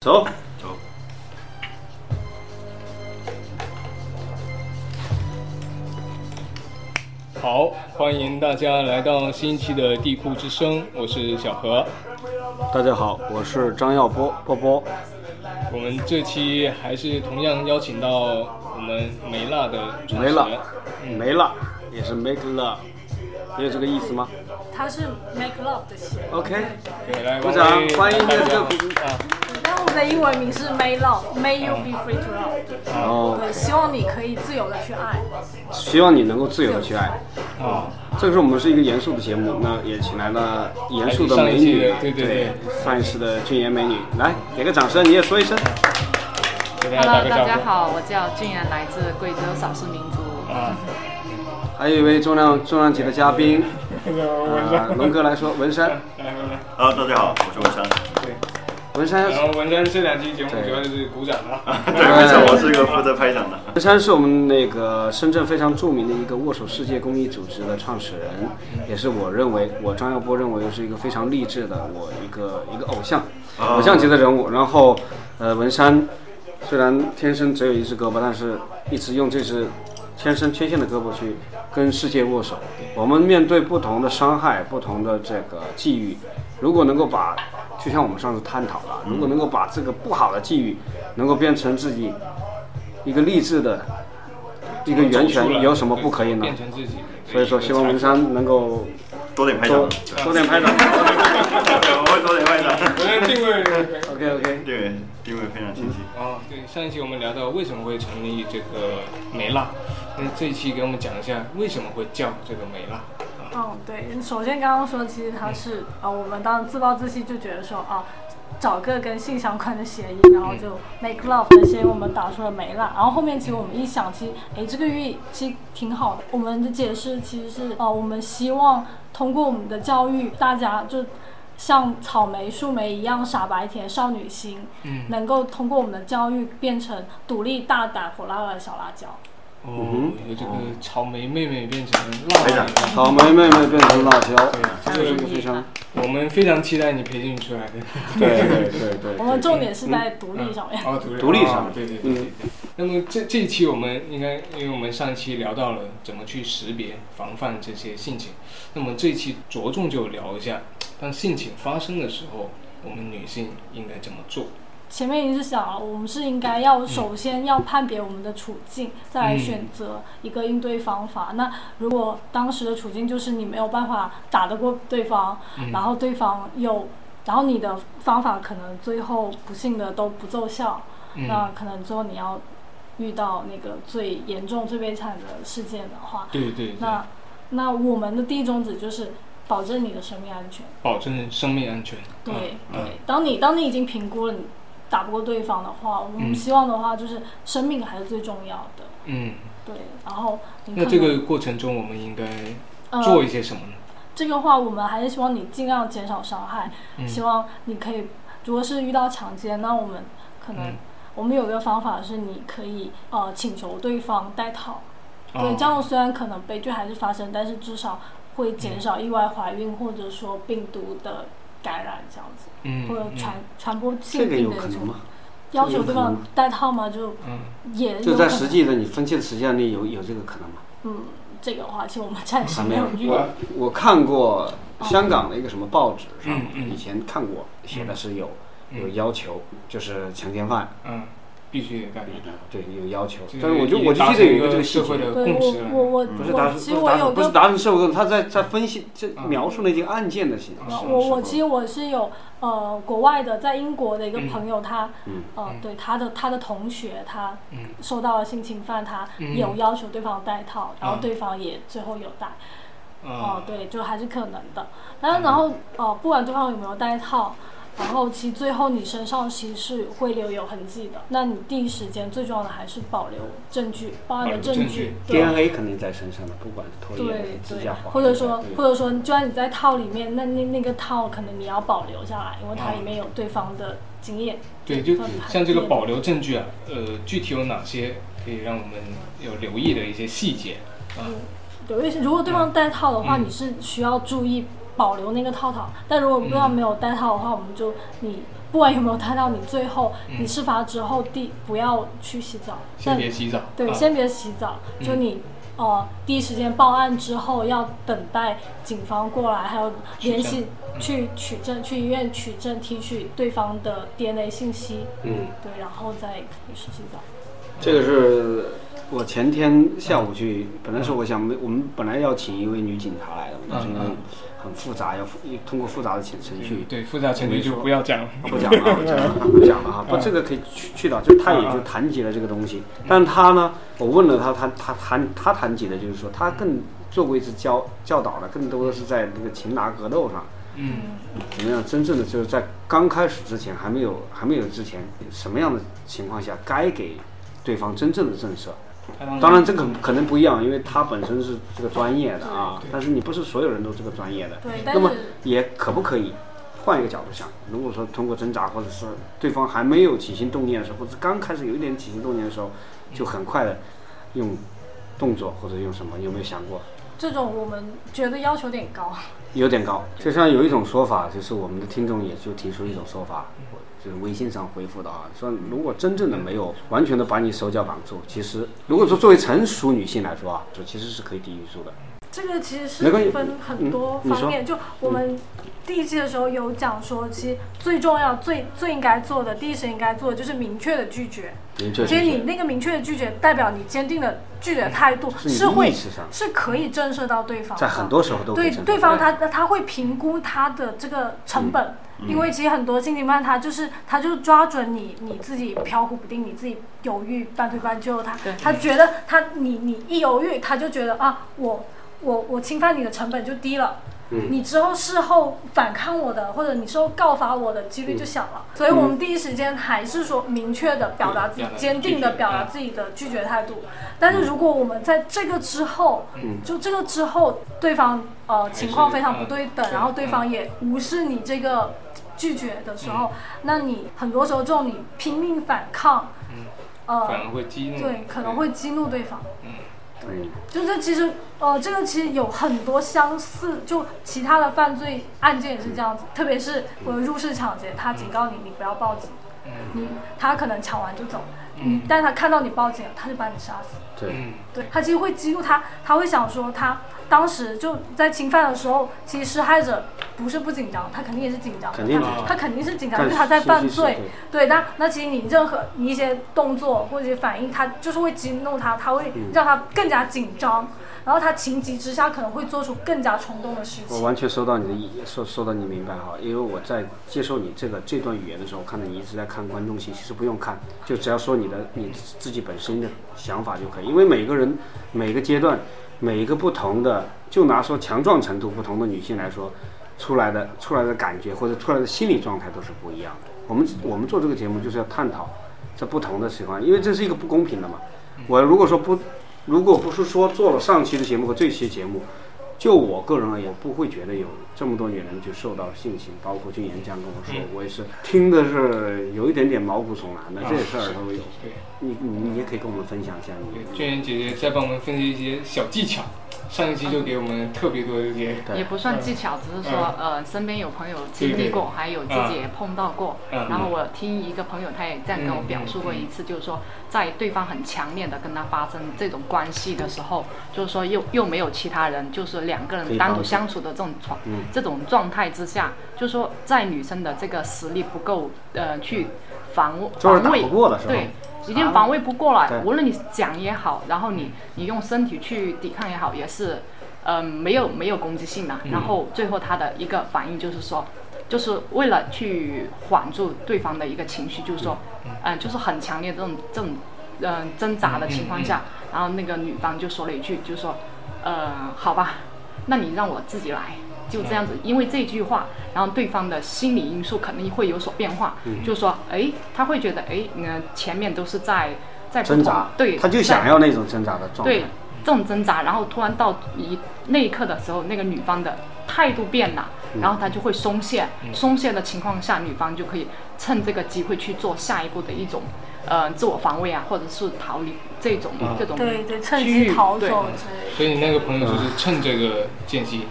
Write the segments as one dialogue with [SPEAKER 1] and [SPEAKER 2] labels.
[SPEAKER 1] 走，
[SPEAKER 2] 好，欢迎大家来到新一期的地库之声，我是小何。
[SPEAKER 1] 大家好，我是张耀波波波。
[SPEAKER 2] 我们这期还是同样邀请到我们梅辣的主持
[SPEAKER 1] 没
[SPEAKER 2] 人，
[SPEAKER 1] 了，没了，也是 make love，也有这个意思吗
[SPEAKER 3] 它是 make love 的戏，
[SPEAKER 1] ？OK，
[SPEAKER 2] 对，来，
[SPEAKER 1] 鼓掌
[SPEAKER 2] 王威
[SPEAKER 1] 欢迎
[SPEAKER 2] 大家
[SPEAKER 1] 这个
[SPEAKER 2] 啊，
[SPEAKER 3] 但我的英文名是 May Love，May you be free to love。
[SPEAKER 1] 然后
[SPEAKER 3] 对，希望你可以自由的去爱。
[SPEAKER 1] 哦希望你能够自由的去爱。
[SPEAKER 2] 啊，
[SPEAKER 1] 这个是我们是一个严肃的节目，那也请来了严肃的美
[SPEAKER 2] 哎还是上一期
[SPEAKER 1] 女
[SPEAKER 2] 的，对对对
[SPEAKER 1] 上一次的俊颜美女，来给个掌声，你也说一声。
[SPEAKER 2] 给大家打
[SPEAKER 4] Hello，
[SPEAKER 2] 个
[SPEAKER 4] 大
[SPEAKER 2] 招
[SPEAKER 4] 家
[SPEAKER 2] 呼。
[SPEAKER 4] 好，我叫俊然，来自贵州少数民族。
[SPEAKER 2] 啊，
[SPEAKER 1] 还有一位重量重量级的嘉宾，
[SPEAKER 2] 那个文
[SPEAKER 1] 啊、
[SPEAKER 2] 山，
[SPEAKER 1] 龙哥来说，文山，
[SPEAKER 2] 来来来，
[SPEAKER 5] Hello，大家好，我是文山。
[SPEAKER 2] 对，
[SPEAKER 1] 文 山，
[SPEAKER 2] 然后文山这两期节目主要就是鼓掌啊，
[SPEAKER 5] 对，没错，我是一个负责拍掌的。
[SPEAKER 1] 文山是我们那个深圳非常著名的一个握手世界公益组织的创始人，也是我认为我张耀波认为是一个非常励志的我一个一个偶像，
[SPEAKER 5] 啊
[SPEAKER 1] 偶像级的人物。然后，呃，文山虽然天生只有一只胳膊，但是一直用这只天生缺陷的胳膊去跟世界握手。我们面对不同的伤害、不同的这个际遇，如果能够把，就像我们上次探讨了，如果能够把这个不好的际遇，能够变成自己一个励志的一个源
[SPEAKER 2] 走出来
[SPEAKER 1] 泉，有什么不可以呢
[SPEAKER 2] 变？成自己的一个
[SPEAKER 1] 所以说，希望文山能够
[SPEAKER 5] 多点拍掌
[SPEAKER 1] 多，多点拍掌。
[SPEAKER 5] 对 我会多点拍
[SPEAKER 2] 我
[SPEAKER 5] 掌。
[SPEAKER 2] 们定位
[SPEAKER 1] OK OK，
[SPEAKER 5] 定位定位非常清晰。
[SPEAKER 2] 啊，对，上一期我们聊到为什么会成立这个梅辣，那这一期给我们讲一下为什么会叫这个梅辣。
[SPEAKER 3] 哦，对，首先刚刚说，其实它
[SPEAKER 1] 嗯
[SPEAKER 3] 是呃，我们当时自暴自弃就觉得说啊，找个跟性相关的谐音，然
[SPEAKER 1] 嗯
[SPEAKER 3] 后就 make love 的谐音，我们打出了没啦。然后后面其实我们一想，其实哎，这个寓意其实挺好的。我们的解释其实是呃，我们希望通过我们的教育，大家就。像草莓、树莓一样傻白甜少女心，
[SPEAKER 2] 嗯
[SPEAKER 3] 能够通过我们的教育变成独立、大胆、火辣辣的小辣椒。
[SPEAKER 2] 哦，有这个草莓妹妹变成辣
[SPEAKER 5] 非常
[SPEAKER 2] 妹，
[SPEAKER 1] 草莓妹妹变成辣椒，这
[SPEAKER 2] 对
[SPEAKER 1] 是一个非常
[SPEAKER 2] 我们非常期待你培训出来的。
[SPEAKER 1] 对对对对。嗯
[SPEAKER 3] 我们重点是在独立上面。
[SPEAKER 2] 哦，独立
[SPEAKER 1] 独立上
[SPEAKER 2] 哦对对对对
[SPEAKER 1] 嗯，
[SPEAKER 2] 那么这这一期我们应该，因为我们上一期聊到了怎么去识别、防范这些性侵，那么这一期着重就聊一下，当性侵发生的时候，我们女性应该怎么做？
[SPEAKER 3] 前面已经是讲了，我们是应该要首先要判别我们的处境，再来选择一个应对方法。那如果当时的处境就是你没有办法打得过对方，
[SPEAKER 2] 嗯
[SPEAKER 3] 然后对方有，然后你的方法可能最后不幸的都不奏效，
[SPEAKER 2] 嗯
[SPEAKER 3] 那可能最后你要遇到那个最严重、最悲惨的事件的话，
[SPEAKER 2] 对对对，
[SPEAKER 3] 那那我们的第一宗旨就是保证你的生命安全。
[SPEAKER 2] 保证生命安全。
[SPEAKER 3] 对
[SPEAKER 2] 嗯嗯
[SPEAKER 3] 对，当你当你已经评估了你打不过对方的话，我
[SPEAKER 2] 嗯
[SPEAKER 3] 们希望的话就是生命还是最重要的。
[SPEAKER 2] 嗯，
[SPEAKER 3] 对，然后你
[SPEAKER 2] 那
[SPEAKER 3] 可能
[SPEAKER 2] 这个过程中我们应该做
[SPEAKER 3] 呃，
[SPEAKER 2] 一些什么呢？
[SPEAKER 3] 这个话我们还是希望你尽量减少伤害，
[SPEAKER 2] 嗯
[SPEAKER 3] 希望你可以，如果是遇到强奸，那我们可能、
[SPEAKER 2] 嗯
[SPEAKER 3] 我们有一个方法是你可以呃请求对方带套，对，
[SPEAKER 2] 哦
[SPEAKER 3] 这样虽然可能悲剧还是发生，但是至少会
[SPEAKER 2] 嗯
[SPEAKER 3] 减少意外怀孕或者说病毒的感染这样子，
[SPEAKER 2] 嗯
[SPEAKER 3] 或者传传播
[SPEAKER 1] 这
[SPEAKER 3] 性
[SPEAKER 1] 个
[SPEAKER 3] 病
[SPEAKER 1] 有
[SPEAKER 3] 的
[SPEAKER 1] 可
[SPEAKER 3] 一种
[SPEAKER 1] 能吗？
[SPEAKER 3] 要求对方戴套吗？就
[SPEAKER 2] 嗯
[SPEAKER 3] 也有
[SPEAKER 1] 就
[SPEAKER 3] 可
[SPEAKER 1] 在
[SPEAKER 3] 能
[SPEAKER 1] 实际的你分析的实践里有有这个可能吗？
[SPEAKER 3] 嗯，这个的话，其实我们暂时
[SPEAKER 1] 还没
[SPEAKER 3] 没
[SPEAKER 1] 有
[SPEAKER 3] 有遇到
[SPEAKER 1] 我。我看过香港的一个什么报纸上
[SPEAKER 2] 嗯，嗯
[SPEAKER 1] 以前看过写的是有
[SPEAKER 2] 嗯
[SPEAKER 1] 有要求，就是强奸犯，
[SPEAKER 2] 嗯，必须得干。
[SPEAKER 1] 对有要求
[SPEAKER 2] 这。
[SPEAKER 1] 但是我就
[SPEAKER 2] 已经
[SPEAKER 1] 我就
[SPEAKER 2] 达
[SPEAKER 1] 记
[SPEAKER 2] 成
[SPEAKER 1] 得有
[SPEAKER 2] 嗯一
[SPEAKER 1] 一个这个细
[SPEAKER 2] 社
[SPEAKER 1] 节
[SPEAKER 2] 会，的
[SPEAKER 3] 对
[SPEAKER 2] 呃共
[SPEAKER 3] 我
[SPEAKER 2] 识了。
[SPEAKER 3] 我我
[SPEAKER 1] 不是达
[SPEAKER 3] 我，
[SPEAKER 1] 成
[SPEAKER 3] 其实
[SPEAKER 1] 不是
[SPEAKER 3] 我
[SPEAKER 1] 达
[SPEAKER 3] 有
[SPEAKER 1] 成不是
[SPEAKER 3] 个，
[SPEAKER 1] 达成社会共识，他在在分析这描述那件案件的情
[SPEAKER 2] 啊
[SPEAKER 3] 我我其
[SPEAKER 1] 实
[SPEAKER 3] 实我是有呃国外的，在英国的一个朋友，他
[SPEAKER 1] 嗯
[SPEAKER 3] 呃
[SPEAKER 2] 嗯
[SPEAKER 3] 对他的他的同学，他
[SPEAKER 2] 嗯
[SPEAKER 3] 受到了性侵犯，他
[SPEAKER 2] 嗯
[SPEAKER 3] 有要求对方戴套，然后
[SPEAKER 2] 啊
[SPEAKER 3] 对方也最后有戴。哦
[SPEAKER 2] 啊，，
[SPEAKER 3] 对，就还是可能的。然后，然后，呃，不管对方有没有戴套，然后其实最后你身上其实是会留有痕迹的。那你第一时间最重要的还是保留证据，报案
[SPEAKER 2] 保
[SPEAKER 3] 的
[SPEAKER 2] 留
[SPEAKER 3] 证
[SPEAKER 2] 证据
[SPEAKER 3] 据，对。啊
[SPEAKER 1] DNA 肯定在身上的，不管是唾液啊
[SPEAKER 3] 对、
[SPEAKER 1] 指
[SPEAKER 3] 对
[SPEAKER 1] 甲划，
[SPEAKER 3] 或者说
[SPEAKER 1] 对
[SPEAKER 3] 或者说，就算你在套里面，那那那个套可能你要保留下来，因为它
[SPEAKER 2] 嗯
[SPEAKER 3] 里面有对方的经验。
[SPEAKER 2] 对，就
[SPEAKER 3] 嗯
[SPEAKER 2] 像这个保留证据啊，呃，具体有哪些可以让我们有留意的一些细节啊？
[SPEAKER 3] 嗯有一些，如果对方戴套的话，
[SPEAKER 2] 嗯嗯
[SPEAKER 3] 你是需要注意保留那个套套；但如果对方没有戴套的话，我们就你不管有没有他到你，最后
[SPEAKER 2] 嗯
[SPEAKER 3] 你事发之后第不要去洗澡，
[SPEAKER 2] 先
[SPEAKER 3] 但
[SPEAKER 2] 别洗澡，
[SPEAKER 3] 对，
[SPEAKER 2] 啊
[SPEAKER 3] 先别洗澡，就
[SPEAKER 2] 嗯
[SPEAKER 3] 你。哦，第一时间报案之后要等待警方过来，还有
[SPEAKER 2] 取
[SPEAKER 3] 联
[SPEAKER 2] 证
[SPEAKER 3] 系
[SPEAKER 2] 嗯
[SPEAKER 3] 去取证，去医院取证，提取对方的 DNA 信息，
[SPEAKER 1] 嗯，
[SPEAKER 3] 对，然后再开始洗澡。
[SPEAKER 1] 这个是我前天下午去，本来是我想我们本来要请一位女警察来的，但是因为
[SPEAKER 2] 嗯
[SPEAKER 1] 很复杂，要复通过复杂的程程序，
[SPEAKER 2] 对复杂程序就不要讲了。
[SPEAKER 1] 不讲了啊，不讲了，不讲了哈。不，这个可以去去掉，就是他也就谈及了这个东西，但他呢，我问了他，他他谈他谈及的就是说，他更做过一次教教导的，更多的是在那个擒拿格斗上，
[SPEAKER 2] 嗯
[SPEAKER 1] 怎么样真正的就是在刚开始之前，还没有还没有之前，什么样的情况下该给对方真正的震慑？，
[SPEAKER 3] 嗯
[SPEAKER 2] 他当
[SPEAKER 1] 当然，
[SPEAKER 2] 这
[SPEAKER 1] 这个可能不一样，因为他本身是这个专业的啊
[SPEAKER 2] 对，
[SPEAKER 1] 但是你不是所有人都这个专业的。
[SPEAKER 3] 对，但
[SPEAKER 1] 那么
[SPEAKER 3] 是
[SPEAKER 1] 也可不可以换一个角度想？如果说通过挣扎，或者是对方还没有起心动念的时候，或者刚开始有一点起心动念的时候，就很快的用动作或者用什么，你有没有想过？
[SPEAKER 3] 这种我们觉得要求有点高。
[SPEAKER 1] 有点高。就像有一种说法，就是我们的听众也就提出一种说法，我就是微信上回复的啊，说如果真正的没有完全的把你手脚绑住，其实如果说作为成熟女性来说啊，就其实是可以抵御住的。
[SPEAKER 3] 这个其实
[SPEAKER 1] 没关系
[SPEAKER 3] 是分很多
[SPEAKER 1] 嗯你
[SPEAKER 3] 方面，就我们第一期的时候有讲说，其实最重要、最最应该做的，第一时间应该做的就是明确的拒绝。
[SPEAKER 1] 明确
[SPEAKER 3] 其实你
[SPEAKER 1] 拒绝
[SPEAKER 3] 那个明确的拒绝，代表你坚定的拒绝的态度，
[SPEAKER 1] 是你
[SPEAKER 3] 是
[SPEAKER 1] 的意
[SPEAKER 3] 会
[SPEAKER 1] 识上，
[SPEAKER 3] 是可以震慑到对方的。
[SPEAKER 1] 在很多时候都可以
[SPEAKER 3] 对
[SPEAKER 1] 成熟
[SPEAKER 3] 对方他他会评估他的这个成本，因为其实很多心情犯他就是他就抓准你你自己飘忽不定，你自己犹豫半推半就，他
[SPEAKER 4] 对
[SPEAKER 3] 他觉得他你你一犹豫，他就觉得啊我我我侵犯你的成本就低了。你之后事后反抗我的，或者你事后告发我的几率就小了，所以我们第一时间还是说明确的表达自己
[SPEAKER 2] 表达，
[SPEAKER 3] 坚定的
[SPEAKER 2] 拒绝
[SPEAKER 3] 表达
[SPEAKER 2] 嗯
[SPEAKER 3] 自己的拒绝态度。但是如果我们在这个之后，就这个之后，对方呃情况非常不对
[SPEAKER 2] 嗯
[SPEAKER 3] 等，然后对方也无视你这个拒绝的时
[SPEAKER 2] 嗯
[SPEAKER 3] 候，那你很多时候这种你拼命反抗，
[SPEAKER 2] 嗯反嗯
[SPEAKER 3] 呃，
[SPEAKER 2] 而会激怒，
[SPEAKER 3] 对，可能会激怒对方。
[SPEAKER 1] 嗯，
[SPEAKER 3] 就是其实呃，这个其实有很多相似，就其他的犯罪案件也是这样子，
[SPEAKER 2] 嗯
[SPEAKER 3] 特别是我的入室抢劫，他警告你你不要报警，
[SPEAKER 2] 嗯
[SPEAKER 3] 你他可能抢完就走，你但他看到你报警了，他就把你杀死。
[SPEAKER 1] 对。
[SPEAKER 2] 嗯，
[SPEAKER 3] 对他其实会激怒他，他会想说他当时就在侵犯的时候，其实施害者不是不紧张，他肯定也是紧张的，
[SPEAKER 1] 肯定
[SPEAKER 3] 他
[SPEAKER 1] 紧
[SPEAKER 2] 张
[SPEAKER 3] 他肯定是紧张，
[SPEAKER 1] 但
[SPEAKER 3] 因为啊他在
[SPEAKER 1] 是
[SPEAKER 3] 犯
[SPEAKER 1] 是是
[SPEAKER 3] 罪。对，那那其实你任何你一些动作或者一些反应，他就是会激怒他，他会
[SPEAKER 1] 嗯
[SPEAKER 3] 让他更加紧张，然后他情急之下可能会做出更加冲动的事
[SPEAKER 1] 我
[SPEAKER 3] 情。
[SPEAKER 1] 完全收到你的意，收收到你明白哈，因为我在接受你这个这段语言的时候，看到你一直在看观众席，其实不用看，就只要说你的你自己本身的想法就可以，因为每个人每个阶段每一个不同的，就拿说强壮程度不同的女性来说，出来的出来的感觉或者出来的心理状态都是不一样的。我们我们做这个节目就是要探讨在不同的情况，因为这是一个不公平的嘛。我如果说不，如果不是说做了上期的节目和这期节目，就我个人而言，不会觉得有这么多女人就受到性侵，包括去演讲跟我说，我也是听的是有一点点毛骨悚然的，
[SPEAKER 2] 啊
[SPEAKER 1] 这事儿都有。
[SPEAKER 2] 对
[SPEAKER 1] 你你你也可以跟我们分享一下
[SPEAKER 2] 对，
[SPEAKER 1] 你。
[SPEAKER 2] 娟媛姐姐再帮我们分析一些小技巧，上一期就给我们特别多的一些，
[SPEAKER 1] 对嗯
[SPEAKER 4] 也不算技巧，只是说呃，身边有朋友经历过，还有自己也碰到过。
[SPEAKER 2] 嗯
[SPEAKER 4] 然后我听一个朋友，他也这样跟我表述
[SPEAKER 1] 嗯
[SPEAKER 4] 过一次，就是说在对方很强烈的跟他发生这种关系的时候，就是说又又没有其他人，就是两个
[SPEAKER 1] 可以
[SPEAKER 4] 人
[SPEAKER 1] 帮
[SPEAKER 4] 单独相处的这种状
[SPEAKER 1] 嗯
[SPEAKER 4] 这种状态之下，就是说在女生的这个实力不够，呃，去防
[SPEAKER 1] 就是
[SPEAKER 4] 防
[SPEAKER 1] 打
[SPEAKER 4] 卫
[SPEAKER 1] 不过的时候，
[SPEAKER 4] 对，已经防卫不过
[SPEAKER 1] 对
[SPEAKER 4] 了。无论你讲也好，然后你你用身体去抵抗也好，也是，呃，没有没有攻击性的。然后最后他的一个反应就是说，就是为了去缓住对方的一个情绪，就是说，嗯、就是很强烈这种这种，嗯、挣扎的情况下，然后那个女方就说了一句，就是说，呃，好吧，那你让我自己来，就这样
[SPEAKER 1] 嗯
[SPEAKER 4] 子。因为这句话，然后对方的心理因素肯定会有所变化，
[SPEAKER 1] 嗯
[SPEAKER 4] 就说，哎，他会觉得，哎，嗯，前面都是在在不
[SPEAKER 1] 挣
[SPEAKER 4] 同
[SPEAKER 1] 扎，
[SPEAKER 4] 对，
[SPEAKER 1] 他就
[SPEAKER 4] 在
[SPEAKER 1] 想要那种挣扎的状态
[SPEAKER 3] 嗯
[SPEAKER 4] 对。这种挣扎，然后突然到一那一刻的时候，那个女方的态度变了，
[SPEAKER 1] 嗯
[SPEAKER 4] 然后她就会松懈，
[SPEAKER 3] 嗯
[SPEAKER 4] 松懈的情况下，女方就可以趁这个机会去做下一步的一种，呃，自我防卫啊，或者是逃离这种、
[SPEAKER 1] 嗯
[SPEAKER 4] 这种
[SPEAKER 3] 对对，趁
[SPEAKER 4] 区
[SPEAKER 3] 机
[SPEAKER 4] 域
[SPEAKER 3] 逃
[SPEAKER 4] 对
[SPEAKER 3] 走之类的。
[SPEAKER 1] 嗯
[SPEAKER 2] 所以你那个朋友就是趁这个间隙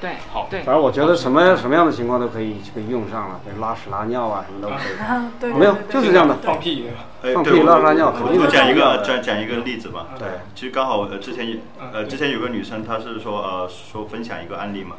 [SPEAKER 4] 对，
[SPEAKER 2] 好
[SPEAKER 4] 对，
[SPEAKER 1] 反正我觉得什么什么样的情况都可以可以用上了，比如拉屎拉尿啊什么都可以。
[SPEAKER 3] 啊， 对，
[SPEAKER 1] 没有
[SPEAKER 3] 对对
[SPEAKER 1] 就是这样的
[SPEAKER 3] 对
[SPEAKER 2] 放屁，
[SPEAKER 5] 哎
[SPEAKER 1] 放
[SPEAKER 5] 对
[SPEAKER 1] 屁
[SPEAKER 5] 我
[SPEAKER 1] 拉拉尿肯
[SPEAKER 5] 我
[SPEAKER 1] 定
[SPEAKER 5] 我
[SPEAKER 1] 的
[SPEAKER 5] 讲一个讲讲一个例子吧。
[SPEAKER 1] 对，
[SPEAKER 5] 其实刚好呃之前也呃
[SPEAKER 2] 嗯
[SPEAKER 5] 之前有个女生，她是说呃说分享一个案例嘛，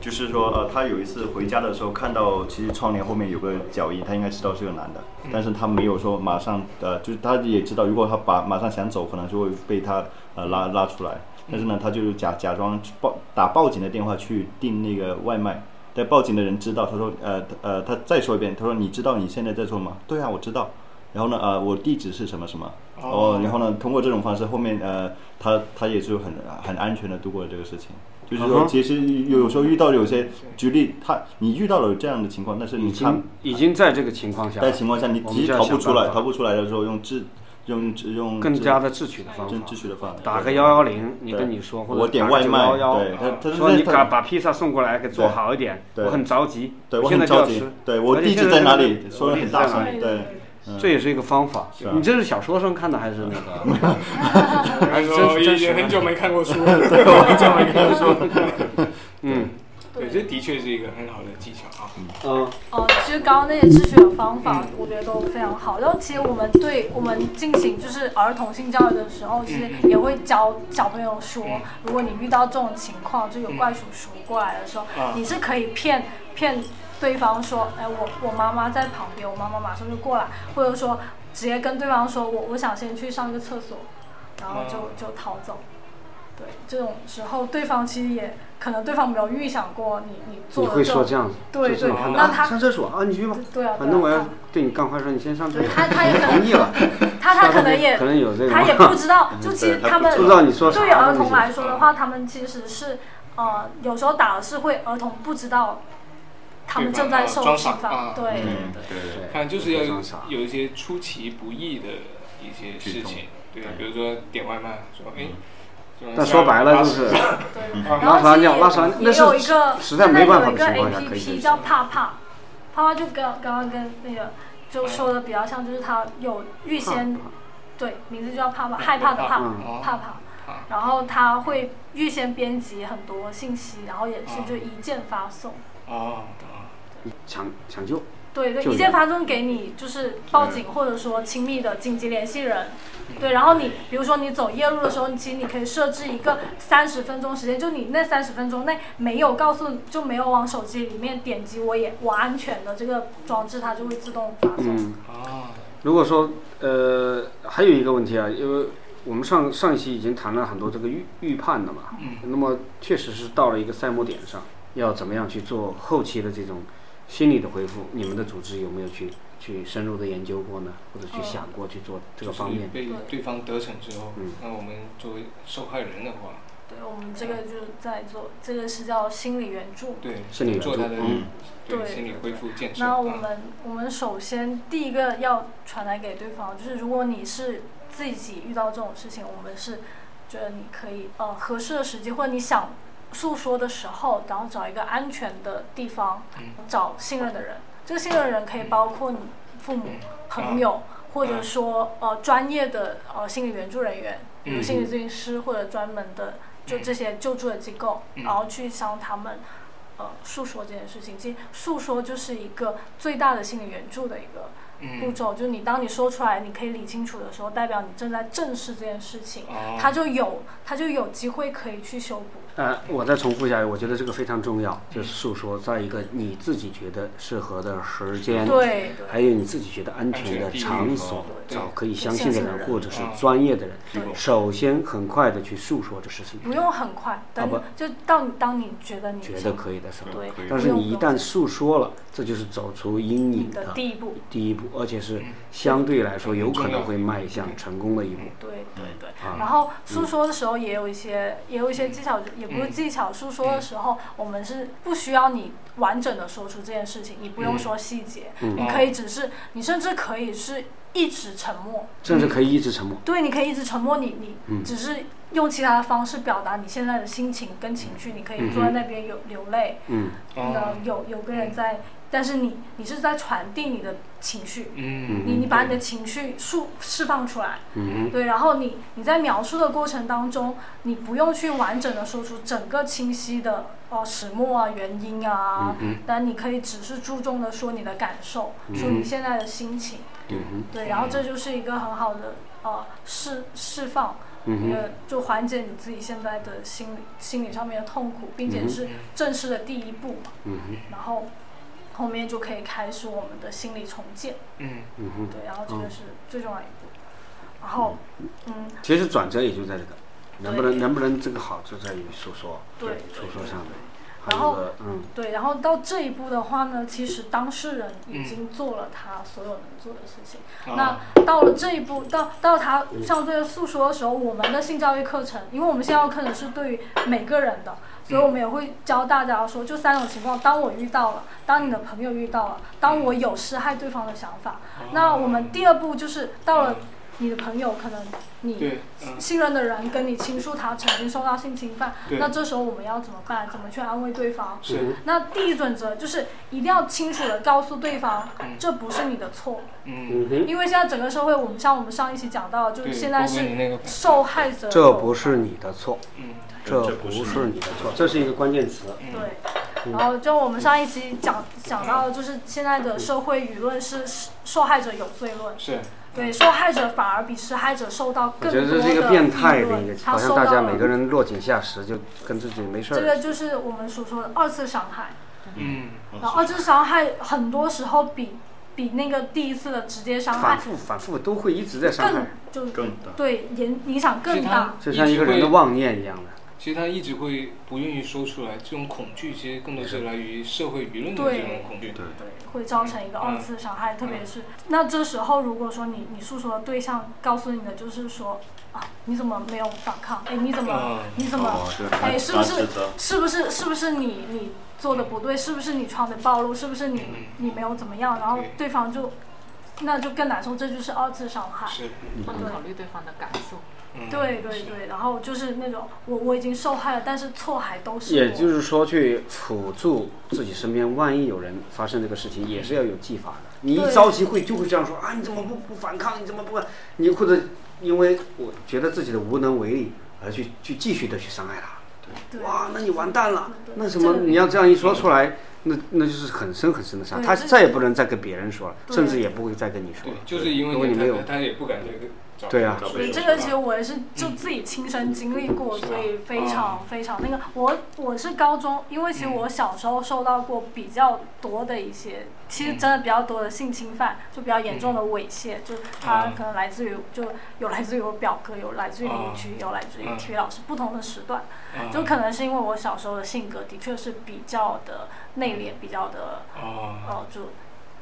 [SPEAKER 5] 就是说呃她有一次回家的时候看到其实窗帘后面有个脚印，她应该知道是个男的，但是她没有说马上呃就是她也知道如果她把马上想走，可能就会被他呃拉拉出来，但是呢她就是假假装去报打报警的电话去订那个外卖。但报警的人知道，他说，呃呃，他再说一遍，他说，你知道你现在在做吗？对啊，我知道。然后呢，呃，我地址是什么什么？
[SPEAKER 2] 哦
[SPEAKER 5] 哦，然后呢，通过这种方式，后面呃，他他也是很很安全的度过了这个事情。就是
[SPEAKER 1] 嗯
[SPEAKER 5] 说，
[SPEAKER 1] 哼嗯
[SPEAKER 5] 其实有时候遇到有些举例，他你遇到了这样的情况，但是
[SPEAKER 1] 已
[SPEAKER 5] 你看
[SPEAKER 1] 经，已经在这个情况下了，
[SPEAKER 5] 在情况下你
[SPEAKER 1] 我
[SPEAKER 5] 其
[SPEAKER 1] 们
[SPEAKER 5] 实
[SPEAKER 1] 就要
[SPEAKER 5] 逃不
[SPEAKER 1] 想
[SPEAKER 5] 出
[SPEAKER 1] 办
[SPEAKER 5] 来，
[SPEAKER 1] 法
[SPEAKER 5] 逃不出来的时候用智用智用
[SPEAKER 1] 更
[SPEAKER 5] 智
[SPEAKER 1] 加的智取的方法
[SPEAKER 5] 正。秩序的方法，
[SPEAKER 1] 打个
[SPEAKER 5] 对
[SPEAKER 1] 幺幺零，你跟
[SPEAKER 5] 对
[SPEAKER 1] 你说，或者
[SPEAKER 5] 我点
[SPEAKER 1] 打个
[SPEAKER 5] 外卖，
[SPEAKER 1] 911
[SPEAKER 5] 对，他他
[SPEAKER 1] 说
[SPEAKER 5] 他
[SPEAKER 1] 你
[SPEAKER 5] 他
[SPEAKER 1] 把把披萨送过来，给做好一点，
[SPEAKER 5] 对
[SPEAKER 1] 我很着急，
[SPEAKER 5] 对我
[SPEAKER 1] 现在
[SPEAKER 5] 很
[SPEAKER 1] 就要
[SPEAKER 5] 着急
[SPEAKER 1] 吃，，
[SPEAKER 5] 对我
[SPEAKER 1] 而且
[SPEAKER 5] 地址
[SPEAKER 1] 现在
[SPEAKER 5] 在哪
[SPEAKER 1] 这个
[SPEAKER 5] 里？说的
[SPEAKER 1] 地址在
[SPEAKER 5] 很大
[SPEAKER 1] 哪
[SPEAKER 5] 声，
[SPEAKER 3] 里
[SPEAKER 5] 对，
[SPEAKER 1] 这也是一个方法
[SPEAKER 5] 嗯是啊。
[SPEAKER 1] 你这是小说上看的还是那 个？
[SPEAKER 2] 然后已经很久没看过书了。
[SPEAKER 5] 我很久没看说。
[SPEAKER 1] 嗯
[SPEAKER 2] 对，这的确是一个很好的技巧啊。
[SPEAKER 1] 嗯，
[SPEAKER 3] 哦，其实刚刚那些秩序的方法，我觉得都非常好。然后其实我们对我们进行就是儿童性教育的时候，其实也会教小朋友说
[SPEAKER 2] 嗯，
[SPEAKER 3] 如果你遇到这种情况，就有怪叔叔过来的时候
[SPEAKER 2] 啊，
[SPEAKER 3] 你是可以骗骗对方说，哎，我我妈妈在旁边，我妈妈马上就过来，或者说直接跟对方说我我想先去上个厕所，然后就
[SPEAKER 2] 啊
[SPEAKER 3] 就逃走。对，这种时候对方其实也可能对方没有预想过你你做
[SPEAKER 1] 你
[SPEAKER 3] 的
[SPEAKER 1] 会
[SPEAKER 3] 这
[SPEAKER 1] 说
[SPEAKER 3] 种
[SPEAKER 1] 这样子，
[SPEAKER 3] 对
[SPEAKER 1] 就是
[SPEAKER 3] 对
[SPEAKER 1] 你看，
[SPEAKER 3] 那
[SPEAKER 1] 啊
[SPEAKER 3] 他
[SPEAKER 1] 上厕所啊，你去吧，
[SPEAKER 3] 对啊，对啊
[SPEAKER 1] 反正我
[SPEAKER 3] 对
[SPEAKER 1] 要
[SPEAKER 3] 啊
[SPEAKER 1] 对你干坏事，你先上厕
[SPEAKER 3] 对
[SPEAKER 1] 所。
[SPEAKER 3] 他他 也可能
[SPEAKER 1] 同意了，
[SPEAKER 3] 他他可能也
[SPEAKER 1] 可能有这个
[SPEAKER 3] 他也不知道，就其实
[SPEAKER 5] 对他
[SPEAKER 3] 他们
[SPEAKER 1] 嗯 不知道你说啥
[SPEAKER 3] 对于啊儿童
[SPEAKER 1] 东西
[SPEAKER 3] 来说的话，他们其实是呃有时候打的是会儿童不知道他们正在
[SPEAKER 2] 对
[SPEAKER 3] 受惩
[SPEAKER 2] 装傻
[SPEAKER 3] 罚
[SPEAKER 2] 啊，
[SPEAKER 3] 对对
[SPEAKER 5] 嗯
[SPEAKER 3] 对。
[SPEAKER 5] 对对
[SPEAKER 2] 看，就是要
[SPEAKER 1] 非
[SPEAKER 2] 有
[SPEAKER 1] 常傻
[SPEAKER 2] 有一些出其不意的一些事情，对，比如说点外卖，说哎，
[SPEAKER 1] 但嗯说白了就是，
[SPEAKER 3] 对，
[SPEAKER 2] 啊
[SPEAKER 3] 然后
[SPEAKER 1] 拉撒
[SPEAKER 3] 其实
[SPEAKER 1] 尿
[SPEAKER 3] 也
[SPEAKER 1] 拉撒尿那
[SPEAKER 3] 也
[SPEAKER 1] 是
[SPEAKER 3] 有一个
[SPEAKER 1] 实在没办法的
[SPEAKER 3] 现在
[SPEAKER 1] 情
[SPEAKER 3] 有
[SPEAKER 1] 况
[SPEAKER 3] 一
[SPEAKER 1] 下
[SPEAKER 3] 个
[SPEAKER 1] 可以解
[SPEAKER 3] APP
[SPEAKER 1] 决
[SPEAKER 3] 叫怕怕，怕怕就跟刚刚跟那个
[SPEAKER 2] 哎
[SPEAKER 3] 就说的比较像，就是它有预先对名字就叫怕怕，害怕的怕
[SPEAKER 1] 嗯
[SPEAKER 2] 啊
[SPEAKER 3] 怕怕。
[SPEAKER 2] 怕
[SPEAKER 3] 然后它会预先编辑很多信息，然后也是就一键发送。
[SPEAKER 2] 啊，
[SPEAKER 1] 抢抢救，
[SPEAKER 3] 对对，
[SPEAKER 1] 救援
[SPEAKER 3] 一键发送给你就是报警或者说亲密的紧急联系人。对，然后你比如说你走夜路的时候，你其实你可以设置一个三十分钟时间，就你那三十分钟内没有告诉就没有往手机里面点击我也我安全的这个装置，它就会自动发送。
[SPEAKER 1] 嗯。
[SPEAKER 2] 啊，
[SPEAKER 1] 如果说呃，还有一个问题啊，因为我们上上一期已经谈了很多这个预预判的嘛，
[SPEAKER 2] 嗯
[SPEAKER 1] 那么确实是到了一个赛末点上，要怎么样去做后期的这种心理的回复？你们的组织有没有去去深入的研究过呢，或者去
[SPEAKER 3] 嗯
[SPEAKER 1] 想过去做这
[SPEAKER 2] 就
[SPEAKER 1] 个
[SPEAKER 2] 是
[SPEAKER 1] 方面？
[SPEAKER 2] 被
[SPEAKER 3] 对
[SPEAKER 2] 对方得逞之后
[SPEAKER 1] 嗯，
[SPEAKER 2] 那我们作为受害人的话，
[SPEAKER 3] 对我们这个就是在做，这个是叫心理援助。
[SPEAKER 2] 对，
[SPEAKER 1] 心理援助
[SPEAKER 2] 做他的
[SPEAKER 1] 嗯
[SPEAKER 2] 对
[SPEAKER 3] 对
[SPEAKER 2] 心理恢复建设，
[SPEAKER 3] 那我
[SPEAKER 2] 啊
[SPEAKER 3] 们我们首先第一个要传达给对方，就是如果你是自己遇到这种事情，我们是觉得你可以呃合适的时机或者你想诉说的时候，然后找一个安全的地方，找信任的人。这个信任的人可以包括你父
[SPEAKER 2] 嗯
[SPEAKER 3] 母、朋友，或者说呃专业的呃心理援助人员，比如心理咨询师或者专门的就这些救助的机构，然后去向他们呃诉说这件事情。其实诉说就是一个最大的心理援助的一个
[SPEAKER 2] 嗯
[SPEAKER 3] 步骤，就是你当你说出来，你可以理清楚的时候，代表你正在正视这件事情，
[SPEAKER 2] 哦
[SPEAKER 3] 它就有它就有机会可以去修补。
[SPEAKER 1] 呃，我再重复一下，我觉得这个非常重要，就是诉说在一个你自己觉得适合的时间，
[SPEAKER 3] 对，
[SPEAKER 1] 还有你自己觉得安全的
[SPEAKER 2] 安全地域
[SPEAKER 1] 场
[SPEAKER 2] 哦
[SPEAKER 1] 所，
[SPEAKER 2] 对
[SPEAKER 1] 找可以相信的
[SPEAKER 3] 相信的
[SPEAKER 1] 人
[SPEAKER 3] 人
[SPEAKER 1] 或者是
[SPEAKER 2] 啊
[SPEAKER 1] 专业的人
[SPEAKER 3] 对，
[SPEAKER 1] 首先很快的去诉说这事情，
[SPEAKER 3] 不用很快，等
[SPEAKER 1] 好吧
[SPEAKER 3] 就到你当你觉得你
[SPEAKER 1] 觉得
[SPEAKER 3] 想
[SPEAKER 1] 可以的时候。
[SPEAKER 3] 对，
[SPEAKER 1] 但
[SPEAKER 3] 不
[SPEAKER 1] 是
[SPEAKER 3] 用
[SPEAKER 1] 你一
[SPEAKER 3] 不用
[SPEAKER 1] 旦诉说了，这就是走出阴
[SPEAKER 3] 你
[SPEAKER 1] 影
[SPEAKER 3] 的
[SPEAKER 1] 的
[SPEAKER 3] 第一步，
[SPEAKER 1] 第一步，而且是
[SPEAKER 2] 嗯
[SPEAKER 1] 相对来说有可能会迈向成功的一步。
[SPEAKER 3] 对对
[SPEAKER 2] 嗯
[SPEAKER 3] 对。
[SPEAKER 1] 啊
[SPEAKER 3] 然后诉说的时候也有一些，也有一些技巧，也不是
[SPEAKER 2] 嗯
[SPEAKER 3] 技巧。诉说的时候，我们是不需要你完整的说出这件事情，你不
[SPEAKER 2] 嗯
[SPEAKER 3] 用说细节，你可以只是，你甚至可以是一直沉默。
[SPEAKER 1] 甚至可以一直沉默。
[SPEAKER 3] 对，你可以一直沉默，你
[SPEAKER 2] 嗯
[SPEAKER 3] 你只是用其他的方式表达你现在的心情跟情绪，你可以坐在那边有流泪，
[SPEAKER 1] 嗯，
[SPEAKER 3] 那
[SPEAKER 2] 嗯哦
[SPEAKER 3] 有有个人在但是你你是在传递你的情绪，
[SPEAKER 2] 嗯
[SPEAKER 3] 你你把你的情绪释释放出来，
[SPEAKER 1] 嗯
[SPEAKER 3] 对，然后你你在描述的过程当中，你不用去完整的说出整个清晰的呃始末啊、原因
[SPEAKER 1] 嗯
[SPEAKER 3] 啊，但你可以只是注重的说你的感受，说你现在的心情，
[SPEAKER 1] 嗯
[SPEAKER 3] 对，然后这就是一个很好的呃释释放，
[SPEAKER 1] 嗯
[SPEAKER 3] 呃，就缓解你自己现在的心理心理上面的痛苦，并且是正式的第一步嘛，
[SPEAKER 1] 嗯
[SPEAKER 3] 然后后面就可以开始我们的心理重建，
[SPEAKER 2] 嗯
[SPEAKER 1] 嗯哼，
[SPEAKER 3] 对，然后这个是最重要的一步，然后嗯，
[SPEAKER 1] 其实转折也就在这个，能不
[SPEAKER 3] 对
[SPEAKER 1] 能能不能这个好就在于诉说，
[SPEAKER 3] 对
[SPEAKER 1] 诉说上面，还
[SPEAKER 3] 然
[SPEAKER 1] 有
[SPEAKER 3] 后
[SPEAKER 1] 个嗯
[SPEAKER 3] 对，然后到这一步的话呢，其实当事人
[SPEAKER 2] 嗯
[SPEAKER 3] 已经做了他所有能做的事情。
[SPEAKER 2] 啊
[SPEAKER 3] 那到了这一步，到到他向对诉说的时候，我们的性教育课程，因为我们性教育课程是对于每个人的，所以我
[SPEAKER 2] 嗯
[SPEAKER 3] 们也会教大家说，就三种情况：当我遇到了，当你的朋友遇到了，当
[SPEAKER 2] 嗯
[SPEAKER 3] 我有伤害对方的想法。
[SPEAKER 2] 哦
[SPEAKER 3] 那我们第二步就是到了你的朋友，可能你
[SPEAKER 2] 嗯对，嗯
[SPEAKER 3] 信任的人跟你倾诉他曾经受到性侵犯，
[SPEAKER 2] 对
[SPEAKER 3] 那这时候我们要怎么办？怎么去安慰对方？
[SPEAKER 2] 是
[SPEAKER 3] 那第一准则就是一定要清楚的告诉对方
[SPEAKER 2] 嗯，
[SPEAKER 3] 这不是你的错，
[SPEAKER 2] 嗯
[SPEAKER 1] 嗯哼，
[SPEAKER 3] 因为现在整个社会，我们像我们上一期讲到，就是
[SPEAKER 2] 对
[SPEAKER 3] 现在
[SPEAKER 2] 包括你那
[SPEAKER 3] 是
[SPEAKER 2] 个
[SPEAKER 3] 受害者
[SPEAKER 1] 这
[SPEAKER 3] 有
[SPEAKER 1] 不是你的错，
[SPEAKER 2] 嗯
[SPEAKER 1] 这
[SPEAKER 5] 这
[SPEAKER 1] 不
[SPEAKER 5] 不
[SPEAKER 1] 是
[SPEAKER 5] 是
[SPEAKER 1] 你的错，这是一个关键词，
[SPEAKER 3] 对，然后就我们上一期讲讲到，就是现在的社会舆论是是受害者有罪论，
[SPEAKER 2] 是
[SPEAKER 3] 对，受害者反而比施害者受到
[SPEAKER 1] 我
[SPEAKER 3] 更
[SPEAKER 1] 觉
[SPEAKER 3] 多
[SPEAKER 1] 得
[SPEAKER 3] 的
[SPEAKER 1] 这是一个变态
[SPEAKER 3] 议
[SPEAKER 1] 的一
[SPEAKER 3] 论
[SPEAKER 1] 个，
[SPEAKER 3] 他
[SPEAKER 1] 好像
[SPEAKER 3] 受
[SPEAKER 1] 大
[SPEAKER 3] 到
[SPEAKER 1] 家每
[SPEAKER 3] 了
[SPEAKER 1] 个人落井下石，就跟自己没事
[SPEAKER 3] 这
[SPEAKER 1] 儿
[SPEAKER 3] 个就是我们所说的二次伤害。
[SPEAKER 2] 嗯
[SPEAKER 5] 嗯
[SPEAKER 3] 然后二次伤害很多时候比比那个第一次的直接伤害
[SPEAKER 1] 反复反复都会一直在伤
[SPEAKER 3] 更
[SPEAKER 1] 害，
[SPEAKER 3] 就是
[SPEAKER 5] 更大。
[SPEAKER 3] 对影影响更大。
[SPEAKER 1] 就像一个人的
[SPEAKER 2] 一直会
[SPEAKER 1] 妄念一样的。
[SPEAKER 2] 其实他一直会不愿意说出来，这种恐惧其实更多是来于社会舆论的这种恐惧。
[SPEAKER 5] 对
[SPEAKER 3] 会造成
[SPEAKER 2] 嗯
[SPEAKER 3] 一个二次伤害，特别是那这时候，如果说你你诉说的对象告诉你的就是说啊，你怎么没有反抗？哎，你怎么
[SPEAKER 2] 嗯
[SPEAKER 3] 你怎么
[SPEAKER 5] 哦对
[SPEAKER 3] 哎，
[SPEAKER 5] 他
[SPEAKER 3] 是不
[SPEAKER 5] 他
[SPEAKER 3] 是
[SPEAKER 5] 指责
[SPEAKER 3] 是不是是不是你你做的
[SPEAKER 2] 嗯
[SPEAKER 3] 不对？是不是你穿的暴露？是不是你你没有怎么样？然后
[SPEAKER 2] 对
[SPEAKER 3] 对方就那就更难受，这就是二次伤害。
[SPEAKER 2] 是，
[SPEAKER 4] 不
[SPEAKER 3] 对
[SPEAKER 4] 考虑对方的感受。
[SPEAKER 2] 嗯，
[SPEAKER 3] 对对对，然后就是那种我我已经受害了，但是错还都是我。
[SPEAKER 1] 也就是说，去辅助自己身边，万一有人发生这个事情，也是要有技法的。你一
[SPEAKER 3] 对
[SPEAKER 1] 着急会就会这样说啊，你怎么不不反抗？你怎么不？你或者因为我觉得自己的无能为力而去去继续的去伤害他，
[SPEAKER 3] 对
[SPEAKER 1] 哇，那你完蛋了。
[SPEAKER 3] 对
[SPEAKER 1] 那什
[SPEAKER 3] 这
[SPEAKER 1] 么，
[SPEAKER 3] 个
[SPEAKER 1] 你要这样一说出来，那那就是很深很深的伤，
[SPEAKER 3] 对
[SPEAKER 1] 他
[SPEAKER 3] 这
[SPEAKER 1] 再也不能再跟别人说了，
[SPEAKER 3] 对
[SPEAKER 1] 甚至也不会再跟你说
[SPEAKER 2] 对
[SPEAKER 1] 了，。
[SPEAKER 2] 就是因
[SPEAKER 1] 如果
[SPEAKER 2] 为
[SPEAKER 1] 你
[SPEAKER 2] 你
[SPEAKER 1] 没有
[SPEAKER 2] 他，他也不敢这个找。
[SPEAKER 1] 对啊
[SPEAKER 5] 找
[SPEAKER 3] 对，
[SPEAKER 5] 被
[SPEAKER 3] 这
[SPEAKER 5] 说
[SPEAKER 3] 个其实我也是就自己亲身经历过，所以非常非常那个。我我是高中，因为其实我小时候受到过比较多的一些，其实真的比较多的性侵犯，就比较严重的猥亵，就它
[SPEAKER 2] 嗯
[SPEAKER 3] 可能来自于就有来自于我表哥，有来自于邻
[SPEAKER 2] 嗯
[SPEAKER 3] 居，有来自于
[SPEAKER 2] 嗯
[SPEAKER 3] 体育老师，不同的时段，
[SPEAKER 2] 嗯
[SPEAKER 3] 就可能是因为我小时候的性格的确是比较的内敛，比较的
[SPEAKER 2] 哦，
[SPEAKER 3] 呃就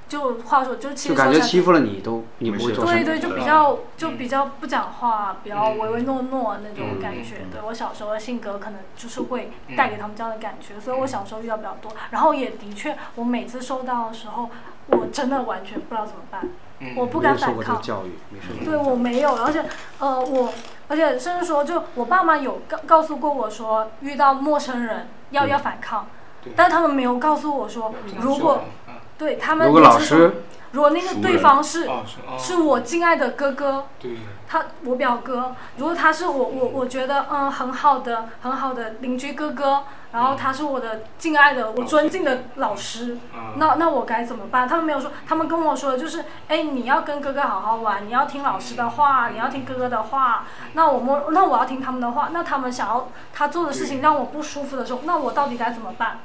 [SPEAKER 3] 就话说就其
[SPEAKER 1] 就
[SPEAKER 3] 实
[SPEAKER 1] 感
[SPEAKER 3] 说
[SPEAKER 1] 觉
[SPEAKER 3] 起来
[SPEAKER 1] 欺负了你都你不会
[SPEAKER 5] 没事
[SPEAKER 1] 做呃
[SPEAKER 3] 对
[SPEAKER 1] 声，
[SPEAKER 3] 对，就比较就比较不讲话，比较唯唯诺诺那种感觉。对我小时候的性格，可能就是会带给他们这样的感觉，所以我小时候遇到比较多。然后也的确，我每次受到的时候，我真的完全不知道怎么办，
[SPEAKER 2] 嗯
[SPEAKER 3] 我不
[SPEAKER 1] 没有
[SPEAKER 3] 敢
[SPEAKER 1] 受
[SPEAKER 3] 反
[SPEAKER 1] 过这个
[SPEAKER 3] 抗。
[SPEAKER 1] 教育，没受过。
[SPEAKER 3] 对我没有，而且呃我，而且甚至说，就我爸妈有告告诉过我说，遇到陌生人要要反抗
[SPEAKER 2] 对，
[SPEAKER 3] 但他们没有告诉我说，如果
[SPEAKER 2] 啊
[SPEAKER 3] 对他们
[SPEAKER 1] 如果
[SPEAKER 3] 也
[SPEAKER 1] 老
[SPEAKER 3] 是说
[SPEAKER 1] 师，
[SPEAKER 3] 如果那个
[SPEAKER 5] 熟
[SPEAKER 3] 对
[SPEAKER 5] 人
[SPEAKER 3] 方是
[SPEAKER 2] 哦是哦
[SPEAKER 3] 是我敬爱的哥哥，
[SPEAKER 2] 对
[SPEAKER 3] 他我表哥，如果他是我我我觉得嗯很好的很好的邻居哥哥，然后他是我的敬爱的我尊敬的老师，
[SPEAKER 2] 啊
[SPEAKER 3] 那那我该怎么办？他们没有说，他们跟我说的就是，哎，你要跟哥哥好好玩，你要听老师的话，你要听哥哥的话。那我们那我要听他们的话，那他们想要他做的事情让我不舒服的时候，那我到底该怎么办？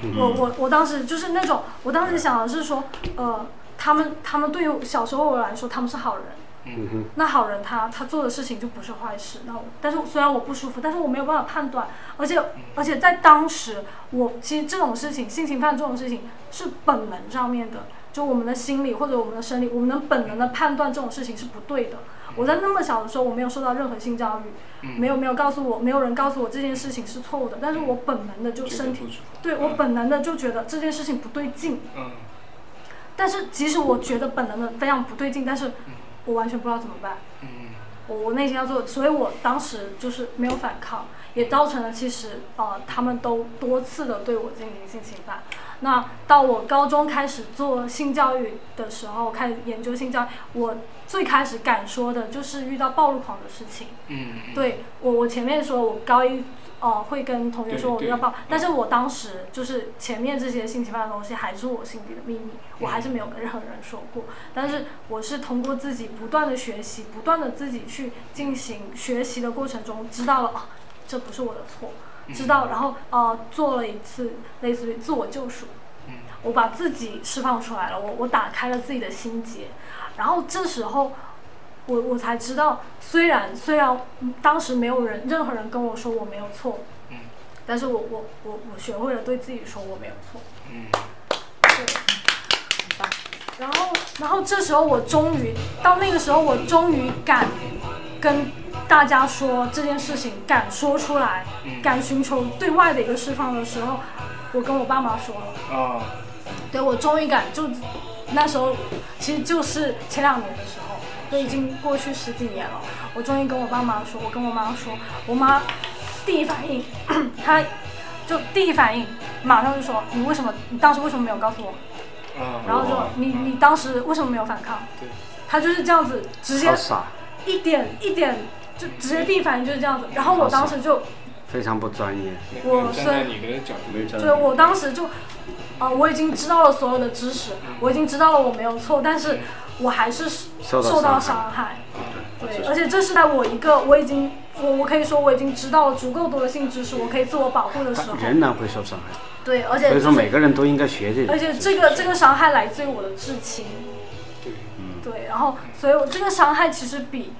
[SPEAKER 2] 嗯
[SPEAKER 3] 我
[SPEAKER 5] 嗯
[SPEAKER 3] 我我当时就是那种，我当时想的是说，呃，他们他们对于小时候我来说他们是好人，
[SPEAKER 1] 嗯哼，
[SPEAKER 3] 那好人他他做的事情就不是坏事，那我但是虽然我不舒服，但是我没有办法判断，而且而且在当时，我其实这种事情，性侵犯这种事情是本能上面的，就我们的心理或者我们的生理，我们能本能的判断这种事情是不对的。我在那么小的时候，我没有受到任何性教育，
[SPEAKER 2] 嗯
[SPEAKER 3] 没有没有告诉我，没有人告诉我这件事情是错误的，但是我本能的就
[SPEAKER 2] 觉得
[SPEAKER 3] 身
[SPEAKER 2] 不
[SPEAKER 3] 体
[SPEAKER 2] 舒服，
[SPEAKER 3] 对我本能的就觉得这件事情不对劲，
[SPEAKER 2] 嗯
[SPEAKER 3] 但是即使我觉得本能的非常不对劲，但是我完全不知道怎么办。
[SPEAKER 2] 嗯
[SPEAKER 3] 我我内心要做，所以我当时就是没有反抗，也造成了其实呃他们都多次的对我进行性侵犯。那到我高中开始做性教育的时候，开始研究性教育，我最开始敢说的就是遇到暴露狂的事情。
[SPEAKER 2] 嗯，
[SPEAKER 3] 对我，我前面说，我高一呃会跟同学说我
[SPEAKER 2] 对嗯
[SPEAKER 3] 要
[SPEAKER 2] 对
[SPEAKER 3] 报，但是我当时就是前面这些性侵犯的东西还是我心底的秘密，我
[SPEAKER 2] 嗯
[SPEAKER 3] 还是没有跟任何人说过。但是我是通过自己不断的学习，不断的自己去进行学习的过程中，知道了、啊、这不是我的错，
[SPEAKER 2] 嗯
[SPEAKER 3] 知道，然后呃做了一次类似于自我救赎，
[SPEAKER 2] 嗯
[SPEAKER 3] 我把自己释放出来了，我我打开了自己的心结，然后这时候我我才知道，虽然虽然嗯当时没有人任何人跟我说我没有错，
[SPEAKER 2] 嗯，
[SPEAKER 3] 但是我我我我学会了对自己说我没有错，
[SPEAKER 2] 嗯，
[SPEAKER 3] 对，
[SPEAKER 4] 棒
[SPEAKER 3] 然后然后这时候我终于到那个时候我终于敢跟大家说这件事情，敢说出来，
[SPEAKER 2] 嗯
[SPEAKER 3] 敢寻求对外的一个释放的时候，我跟我爸妈说了。
[SPEAKER 2] 啊，
[SPEAKER 3] 对我终于敢就那时候，其实就是前两年的时候，都已经过去十几年了。我终于跟我爸妈说，我跟我妈说，我妈第一反应，她就第一反应马上就说你为什么你当时为什么没有告诉我？
[SPEAKER 2] 啊，
[SPEAKER 3] 然后就
[SPEAKER 2] 哇
[SPEAKER 3] 你你当时为什么没有反抗？
[SPEAKER 2] 对，
[SPEAKER 3] 她就是这样子直接
[SPEAKER 1] 好傻，
[SPEAKER 3] 一点一点就直接第一反应就是这样子。然后我当时就
[SPEAKER 1] 非常不专业。
[SPEAKER 2] 没
[SPEAKER 3] 我
[SPEAKER 2] 没有站在你的角度，
[SPEAKER 5] 嗯没有这样
[SPEAKER 3] 对，我当时就，啊、我已经知道了所有的知识，我已经知道了我没有错，但是我还是
[SPEAKER 1] 受到
[SPEAKER 3] 到
[SPEAKER 1] 伤啊
[SPEAKER 3] 伤害。
[SPEAKER 2] 啊
[SPEAKER 3] 对，
[SPEAKER 5] 是
[SPEAKER 3] 而且这是在我一个我已经我我可以说我已经知道了足够多的性知识，我可以自我保护的时
[SPEAKER 1] 但
[SPEAKER 3] 候，
[SPEAKER 1] 仍然会受伤害，
[SPEAKER 3] 对，而且
[SPEAKER 1] 所以说
[SPEAKER 3] 就是
[SPEAKER 1] 每个人都应该学这个。
[SPEAKER 3] 而且这个这个伤害来自于我的至亲，
[SPEAKER 2] 对，
[SPEAKER 1] 嗯
[SPEAKER 3] 对，然后所以我这个伤害其实比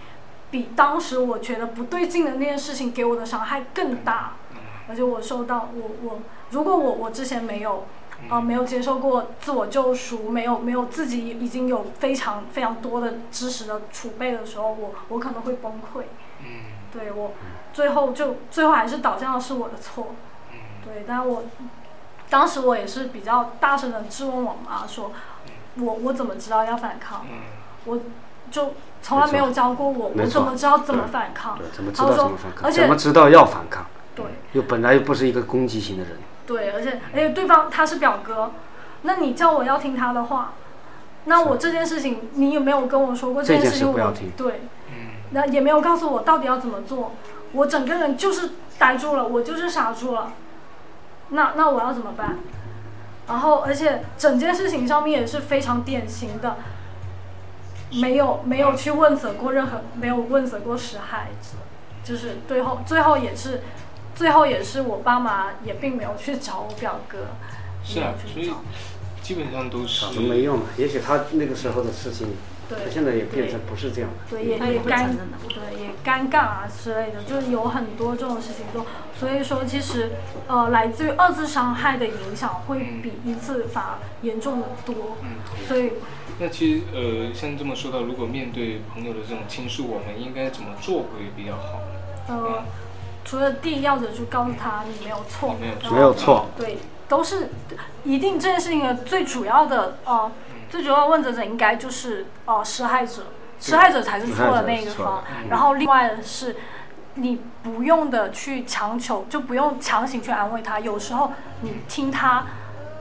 [SPEAKER 3] 比当时我觉得不对劲的那件事情给我的伤害更大，
[SPEAKER 2] 嗯
[SPEAKER 3] 而且我受到我我如果我我之前没有。
[SPEAKER 2] 嗯
[SPEAKER 3] 啊、没有接受过自我救赎，没有没有自己已经有非常非常多的知识的储备的时候，我我可能会崩溃。
[SPEAKER 2] 嗯
[SPEAKER 3] 对我最后就最后还是导向的是我的错，
[SPEAKER 2] 嗯
[SPEAKER 3] 对，但我当时我也是比较大声的质问我妈说，我我怎么知道要反抗？
[SPEAKER 2] 嗯。
[SPEAKER 3] 我就从来没有教过我，
[SPEAKER 1] 没
[SPEAKER 3] 我
[SPEAKER 1] 错
[SPEAKER 3] 怎么知道怎么反抗？
[SPEAKER 1] 怎么知
[SPEAKER 3] 她
[SPEAKER 1] 道
[SPEAKER 3] 说，
[SPEAKER 1] 怎么反抗？
[SPEAKER 3] 而
[SPEAKER 1] 怎
[SPEAKER 3] 且
[SPEAKER 1] 么知道要反抗？
[SPEAKER 3] 对
[SPEAKER 1] 又本来又不是一个攻击型的人，
[SPEAKER 3] 对，而且而且对方他是表哥，那你叫我要听他的话，那我这件事情你有没有跟我说过
[SPEAKER 1] 这
[SPEAKER 3] 件
[SPEAKER 1] 件
[SPEAKER 3] 事
[SPEAKER 1] 事
[SPEAKER 3] 情我？
[SPEAKER 1] 不要听
[SPEAKER 3] 对，
[SPEAKER 2] 嗯
[SPEAKER 3] 那也没有告诉我到底要怎么做，我整个人就是呆住了，我就是傻住了。那那我要怎么办？然后，而且整件事情上面也是非常典型的，没有没有去问责过任何，没有问责过实害，就是最后最后也是，最后也是我爸妈也并没有去找我表哥，
[SPEAKER 2] 是啊，所
[SPEAKER 3] 没有去
[SPEAKER 2] 以
[SPEAKER 3] 找，
[SPEAKER 2] 基本上都是
[SPEAKER 1] 找都没用了。也许他那个时候的事情，
[SPEAKER 3] 对
[SPEAKER 1] 他现在也变成不是这样了。
[SPEAKER 3] 对，也
[SPEAKER 4] 他也
[SPEAKER 3] 也
[SPEAKER 4] 不
[SPEAKER 3] 尴
[SPEAKER 4] 承认的
[SPEAKER 3] 对也尴尬啊之类的，就是有很多这种事情都，所以说其实呃，来自于二次伤害的影响会比一次反而严重的多，
[SPEAKER 2] 嗯
[SPEAKER 3] 所以
[SPEAKER 2] 那其实呃，像这么说到，如果面对朋友的这种倾诉，我们应该怎么做会比较好？嗯啊
[SPEAKER 3] 呃，除了第一要旨就告诉他你没有错，
[SPEAKER 2] 你没有
[SPEAKER 3] 然
[SPEAKER 2] 错
[SPEAKER 3] 后
[SPEAKER 1] 没有错，
[SPEAKER 3] 对，都是一定这件事情的最主要的呃，
[SPEAKER 2] 嗯
[SPEAKER 3] 最主要的问责者应该就是呃施害者，施害者才是错的那一
[SPEAKER 1] 施害者
[SPEAKER 3] 个
[SPEAKER 1] 是错
[SPEAKER 3] 方。然后另外是，你不用的去强求，就不用强行去安慰他。有时候你听他，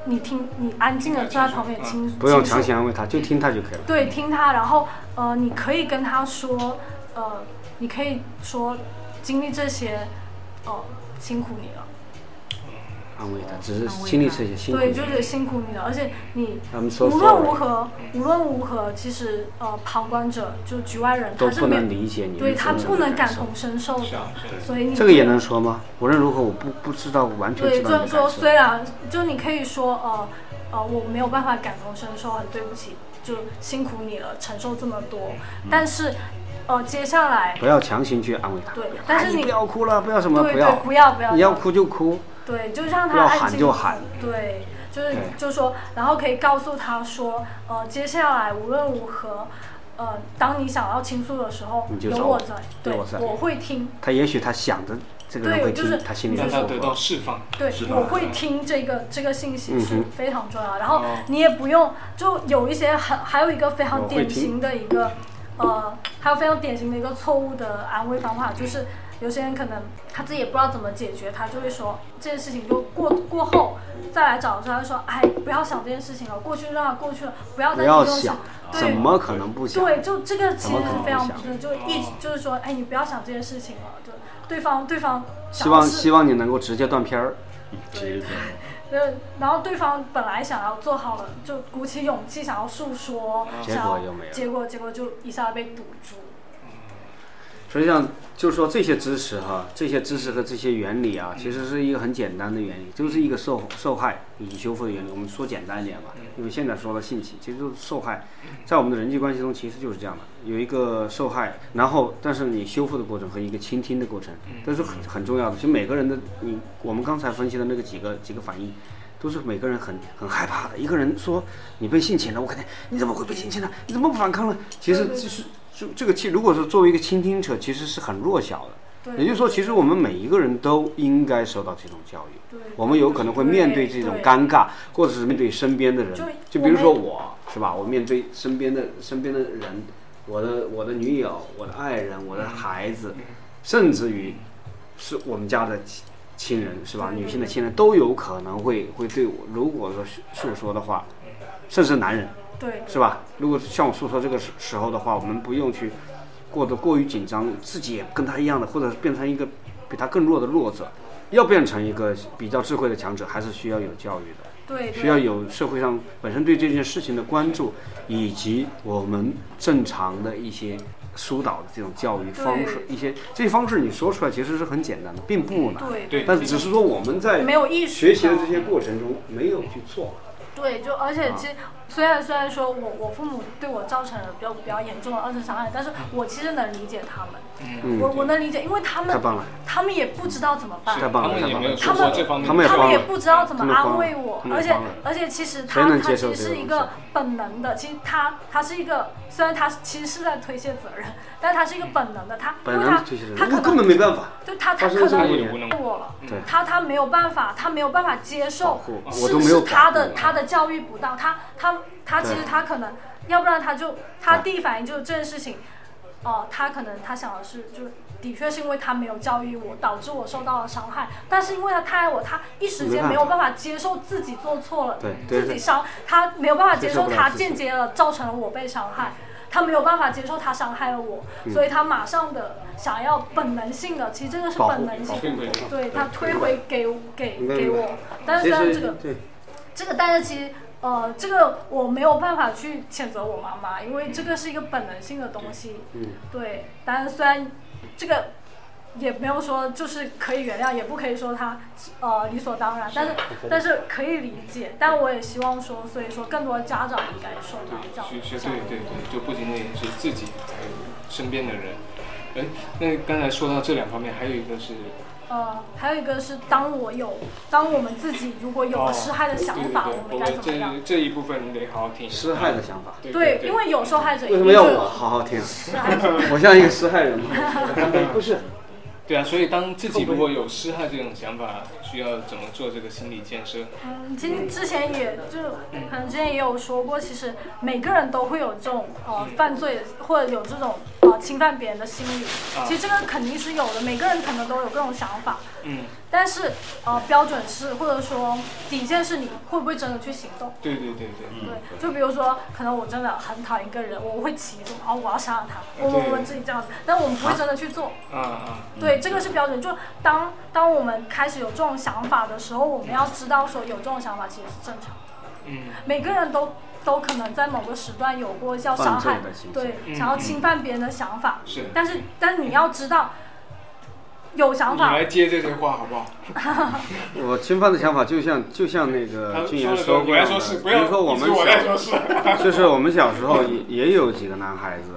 [SPEAKER 3] 你听你安静的坐在旁边倾，
[SPEAKER 1] 不用
[SPEAKER 3] 倾诉
[SPEAKER 1] 强行安慰他，就听他就可以了。
[SPEAKER 3] 对，听他，然后呃，你可以跟他说，呃，你可以说经历这些，哦、辛苦你了，
[SPEAKER 1] 安慰他，只是心理这些辛苦
[SPEAKER 3] 对，
[SPEAKER 1] 你。
[SPEAKER 3] 就是辛苦你了，而且你
[SPEAKER 1] ，I'm so
[SPEAKER 3] 无论
[SPEAKER 1] sorry，
[SPEAKER 3] 如何，无论如何，其实呃，旁观者就局外人，
[SPEAKER 1] 都
[SPEAKER 3] 他是
[SPEAKER 1] 不
[SPEAKER 3] 没
[SPEAKER 1] 能
[SPEAKER 3] 有，
[SPEAKER 1] 理解你。
[SPEAKER 3] 对他不能
[SPEAKER 1] 感
[SPEAKER 3] 感
[SPEAKER 1] 受。
[SPEAKER 3] 同身受
[SPEAKER 2] 是
[SPEAKER 3] 的，
[SPEAKER 2] 啊，是啊
[SPEAKER 3] 所以你
[SPEAKER 1] 这个也能说吗？无论如何，我不不知道，完全
[SPEAKER 3] 对，
[SPEAKER 1] 知
[SPEAKER 3] 就
[SPEAKER 1] 道你的
[SPEAKER 3] 是
[SPEAKER 1] 感
[SPEAKER 3] 说，
[SPEAKER 1] 受。
[SPEAKER 3] 虽然就你可以说，呃，呃，我没有办法感同身受，很对不起，就辛苦你了，承受这么多，
[SPEAKER 1] 嗯
[SPEAKER 3] 但是，呃，接下来，
[SPEAKER 1] 不要强行去安慰他。
[SPEAKER 3] 对但是
[SPEAKER 1] 哎
[SPEAKER 3] 你
[SPEAKER 1] 不要哭了，不要什么，
[SPEAKER 3] 对
[SPEAKER 1] 不
[SPEAKER 3] 对，
[SPEAKER 1] 要，
[SPEAKER 3] 不要不要，
[SPEAKER 1] 你要哭就哭，
[SPEAKER 3] 对，就让
[SPEAKER 1] 不
[SPEAKER 3] 他
[SPEAKER 1] 要
[SPEAKER 3] 安
[SPEAKER 1] 喊
[SPEAKER 3] 静
[SPEAKER 1] 就喊
[SPEAKER 3] 对，就是
[SPEAKER 1] 对
[SPEAKER 3] 就说，然后可以告诉他说，呃，接下来无论如何，呃，当你想要倾诉的时候
[SPEAKER 1] 你，就找
[SPEAKER 3] 有
[SPEAKER 1] 我
[SPEAKER 3] 我在，对，
[SPEAKER 1] 有我在
[SPEAKER 3] 会听，
[SPEAKER 1] 他也许他想着这个人
[SPEAKER 3] 对
[SPEAKER 1] 会
[SPEAKER 3] 就是
[SPEAKER 1] 听，他心里
[SPEAKER 2] 让
[SPEAKER 1] 很
[SPEAKER 2] 他
[SPEAKER 1] 舒
[SPEAKER 2] 得
[SPEAKER 1] 服
[SPEAKER 2] 到。释放。
[SPEAKER 3] 对
[SPEAKER 5] 是，的
[SPEAKER 3] 我会听这个这个信息是
[SPEAKER 1] 嗯哼
[SPEAKER 3] 非常重要的。然后
[SPEAKER 2] 哦
[SPEAKER 3] 你也不用，就有一些很还有一个非常
[SPEAKER 1] 我会
[SPEAKER 3] 典
[SPEAKER 1] 听
[SPEAKER 3] 型的一个呃，还有非常典型的一个错误的安慰方法，就是有些人可能他自己也不知道怎么解决，他就会说这件事情就过过后再来找的时候，他就说哎，不要想这件事情了，过去就让它过去了，不要再
[SPEAKER 1] 不
[SPEAKER 3] 去
[SPEAKER 1] 要
[SPEAKER 3] 用
[SPEAKER 1] 想，
[SPEAKER 3] 对
[SPEAKER 1] 怎么可能不想？
[SPEAKER 3] 对，就这个其
[SPEAKER 1] 怎
[SPEAKER 3] 实
[SPEAKER 1] 么可能
[SPEAKER 3] 是非常
[SPEAKER 1] 不
[SPEAKER 3] 不正，就一直就是说，哎，你不要想这件事情了，就哎对方对方
[SPEAKER 1] 希
[SPEAKER 3] 想要
[SPEAKER 1] 望
[SPEAKER 3] 是，
[SPEAKER 1] 希望你能够直接断片儿。
[SPEAKER 5] 其实这样
[SPEAKER 3] 呃，然后对方本来想要做好了，就鼓起勇气想要诉说，
[SPEAKER 2] 嗯
[SPEAKER 1] 结
[SPEAKER 3] 想
[SPEAKER 1] 果
[SPEAKER 3] 要
[SPEAKER 1] 又没有
[SPEAKER 3] 结果结果就一下被堵住，
[SPEAKER 1] 实际上就是说这些知识哈，这些知识和这些原理啊，其实是一个很简单的原理，就是一个受受害以及修复的原理。我们说简单一点吧，因为现在说到性侵，其实就是受害，在我们的人际关系中其实就是这样的，有一个受害，然后但是你修复的过程和一个倾听的过程，都是很很重要的。就每个人的你，我们刚才分析的那个几个几个反应。都是每个人很很害怕的。一个人说你被性侵了，我肯定你怎么会被性侵了？你怎么不反抗了？其实
[SPEAKER 3] 对对对
[SPEAKER 1] 就是就这个其如果是作为一个倾听者，其实是很弱小的。也就
[SPEAKER 3] 对
[SPEAKER 1] 是说，其实我们每一个人都应该受到这种教育。
[SPEAKER 3] 对，
[SPEAKER 1] 我们有可能会面对这种
[SPEAKER 3] 对
[SPEAKER 1] 尴尬，或者是面对身边的人
[SPEAKER 3] 就，
[SPEAKER 1] 就比如说我是吧，我面对身边的身边的人，我的我的女友，我的爱人，我的孩子，
[SPEAKER 3] 嗯
[SPEAKER 1] 甚至于是我们家的亲亲人是吧，
[SPEAKER 3] 对对
[SPEAKER 1] 女性的亲人都有可能会会对我，如果说诉诉说的话，甚至男人
[SPEAKER 3] 对
[SPEAKER 1] 是吧，如果向我诉说这个时时候的话，我们不用去过得过于紧张，自己也跟他一样的，或者是变成一个比他更弱的弱者。要变成一个比较智慧的强者，还是需要有教育的，
[SPEAKER 3] 对
[SPEAKER 1] 需要
[SPEAKER 3] 对
[SPEAKER 1] 有社会上本身对这件事情的关注，以及我们正常的一些疏导的这种教育方式，一些这些方式你说出来其实是很简单的，并不难，
[SPEAKER 3] 对
[SPEAKER 2] 对
[SPEAKER 1] 但只是说我们在
[SPEAKER 3] 没有意识
[SPEAKER 1] 学习的
[SPEAKER 3] 到
[SPEAKER 1] 这些啊过程中没有去做。
[SPEAKER 3] 对，就而且其实虽然虽然说我我父母对我造成了比较比较严重的二次伤害，但是我其实能理解他们，
[SPEAKER 1] 嗯
[SPEAKER 3] 我，我能理解，因为他
[SPEAKER 1] 太
[SPEAKER 3] 们
[SPEAKER 1] 棒了，
[SPEAKER 3] 他们也不知道怎么办
[SPEAKER 2] 是，
[SPEAKER 1] 太棒了
[SPEAKER 2] 他们也
[SPEAKER 1] 太棒了
[SPEAKER 2] 没有受过这方面
[SPEAKER 1] 他们也
[SPEAKER 2] 的
[SPEAKER 3] 他
[SPEAKER 1] 慌
[SPEAKER 3] 们也
[SPEAKER 1] 了
[SPEAKER 3] 不知道怎
[SPEAKER 1] 他
[SPEAKER 3] 么
[SPEAKER 1] 们慌
[SPEAKER 3] 安
[SPEAKER 1] 了
[SPEAKER 3] 慰我
[SPEAKER 1] 他，们
[SPEAKER 3] 而且
[SPEAKER 1] 慌了
[SPEAKER 3] 而且其实
[SPEAKER 1] 谁
[SPEAKER 3] 他
[SPEAKER 1] 能
[SPEAKER 3] 他
[SPEAKER 1] 接受
[SPEAKER 3] 其实
[SPEAKER 1] 这
[SPEAKER 3] 是
[SPEAKER 1] 种
[SPEAKER 3] 一
[SPEAKER 1] 东
[SPEAKER 3] 个
[SPEAKER 1] 西
[SPEAKER 3] 本能的，其实他他是一个虽然他其实是在推卸责任，但他是一个本能的，他
[SPEAKER 1] 本
[SPEAKER 3] 因为
[SPEAKER 1] 能
[SPEAKER 3] 他
[SPEAKER 1] 推卸责
[SPEAKER 3] 他
[SPEAKER 1] 任，我
[SPEAKER 3] 可
[SPEAKER 1] 根
[SPEAKER 3] 能
[SPEAKER 1] 本没办法，
[SPEAKER 3] 就他他
[SPEAKER 1] 发生
[SPEAKER 3] 可
[SPEAKER 1] 了这么
[SPEAKER 2] 他
[SPEAKER 1] 多
[SPEAKER 3] 能
[SPEAKER 2] 也
[SPEAKER 1] 年
[SPEAKER 2] 无能
[SPEAKER 3] 爱。我了，
[SPEAKER 1] 对
[SPEAKER 3] 他他没有办法，他没有办法接
[SPEAKER 1] 保
[SPEAKER 3] 受
[SPEAKER 1] 护，我
[SPEAKER 3] 是
[SPEAKER 1] 都
[SPEAKER 3] 不
[SPEAKER 1] 没有
[SPEAKER 3] 是
[SPEAKER 1] 保
[SPEAKER 3] 他
[SPEAKER 1] 护
[SPEAKER 3] 的
[SPEAKER 1] 啊
[SPEAKER 3] 他的教育不到他，他他其
[SPEAKER 1] 对
[SPEAKER 3] 实他可能，要不然他就他
[SPEAKER 1] 对
[SPEAKER 3] 第一反应就是这件事情，哦、他可能他想的是就。的确是因为他没有教育我，导致我受到了伤害。但是因为他太爱我，他一时间
[SPEAKER 1] 没办法
[SPEAKER 3] 没有办法接受自己做错了，
[SPEAKER 1] 对对
[SPEAKER 3] 自己
[SPEAKER 1] 对
[SPEAKER 3] 伤，他没有办法接
[SPEAKER 1] 接受
[SPEAKER 3] 受
[SPEAKER 1] 不了
[SPEAKER 3] 他
[SPEAKER 1] 自己
[SPEAKER 3] 间接的造成了我被伤害，他没有办法接受他伤害了我，
[SPEAKER 1] 嗯
[SPEAKER 3] 所以他马上的想要本能性的，其实这个是
[SPEAKER 1] 保护
[SPEAKER 3] 本能性
[SPEAKER 1] 保
[SPEAKER 3] 的
[SPEAKER 1] 护
[SPEAKER 2] 对对对
[SPEAKER 3] 对他推回给给
[SPEAKER 1] 明白
[SPEAKER 3] 给
[SPEAKER 1] 明白
[SPEAKER 3] 我，但是
[SPEAKER 1] 其
[SPEAKER 3] 虽然这
[SPEAKER 1] 实
[SPEAKER 3] 个
[SPEAKER 1] 对。
[SPEAKER 3] 这个，但是其实呃，这个我没有办法去谴责我妈妈，因为这个是一个本能性的东西。
[SPEAKER 1] 嗯
[SPEAKER 3] 对，但是虽然这个也没有说就是可以原谅，也不可以说他呃理所当然，但是但是可以理解。但我也希望说，所以说更多家长应该受到这样
[SPEAKER 2] 学学
[SPEAKER 3] 这
[SPEAKER 2] 对
[SPEAKER 3] 样
[SPEAKER 2] 对对，就不仅仅是自己，还有身边的人。哎，那刚才说到这两方面，还有一个是
[SPEAKER 3] 呃，还有一个是，当我有，当我们自己如果有了施害的想法，
[SPEAKER 2] 对对对，
[SPEAKER 3] 我们该怎么样？
[SPEAKER 2] 这这一部分你得好好听。
[SPEAKER 1] 施害的想法。
[SPEAKER 2] 对
[SPEAKER 3] 对，
[SPEAKER 2] 对
[SPEAKER 3] 因为有受害者一
[SPEAKER 1] 为什
[SPEAKER 3] 定
[SPEAKER 1] 么要
[SPEAKER 3] 就
[SPEAKER 1] 我
[SPEAKER 3] 有
[SPEAKER 1] 好好听？啊
[SPEAKER 3] 受害者。
[SPEAKER 1] 我像一个施害人 吗？不是，
[SPEAKER 2] 对啊，所以当自己如果有施害这种想法，需要怎么做这个心理建设？啊
[SPEAKER 3] 嗯，其实之前也就可能之前也有说过，其实每个人都会有这种呃
[SPEAKER 2] 嗯
[SPEAKER 3] 犯罪或者有这种呃侵犯别人的心理，
[SPEAKER 2] 啊
[SPEAKER 3] 其实这个肯定是有的，每个人可能都有各种想法，
[SPEAKER 2] 嗯，
[SPEAKER 3] 但是呃标准是或者说底线是你会不会真的去行动。
[SPEAKER 2] 对对对对，
[SPEAKER 3] 对，就比如说，可能我真的很讨厌一个人，我会起诉，哦，我要杀了他，我
[SPEAKER 2] 对
[SPEAKER 3] 我我自己这样子，但我们不会真的去做。
[SPEAKER 2] 啊啊，
[SPEAKER 3] 对，这个是标准。就当当我们开始有这种想法的时候，我们要知道说有这种想法其实是正常的。
[SPEAKER 2] 嗯，
[SPEAKER 3] 每个人都都可能在某个时段有过要伤害
[SPEAKER 1] 犯罪的倾，向
[SPEAKER 3] 对，
[SPEAKER 2] 嗯
[SPEAKER 3] 想要侵犯别人的想法。
[SPEAKER 2] 是
[SPEAKER 3] 但是但是你要知道，有想
[SPEAKER 2] 你
[SPEAKER 3] 法
[SPEAKER 2] 来，接这些话好不好？
[SPEAKER 1] 我侵犯的想法就像呃就像那
[SPEAKER 2] 他
[SPEAKER 1] 个俊
[SPEAKER 2] 说
[SPEAKER 1] 言
[SPEAKER 2] 了之后，
[SPEAKER 1] 过
[SPEAKER 2] 你
[SPEAKER 1] 的
[SPEAKER 2] 来说是，，不
[SPEAKER 1] 比
[SPEAKER 2] 要，
[SPEAKER 1] 如说我
[SPEAKER 2] 你
[SPEAKER 1] 们
[SPEAKER 2] 是我在说
[SPEAKER 1] 小，
[SPEAKER 2] 是，
[SPEAKER 1] 就是我们小时候也也有几个男孩子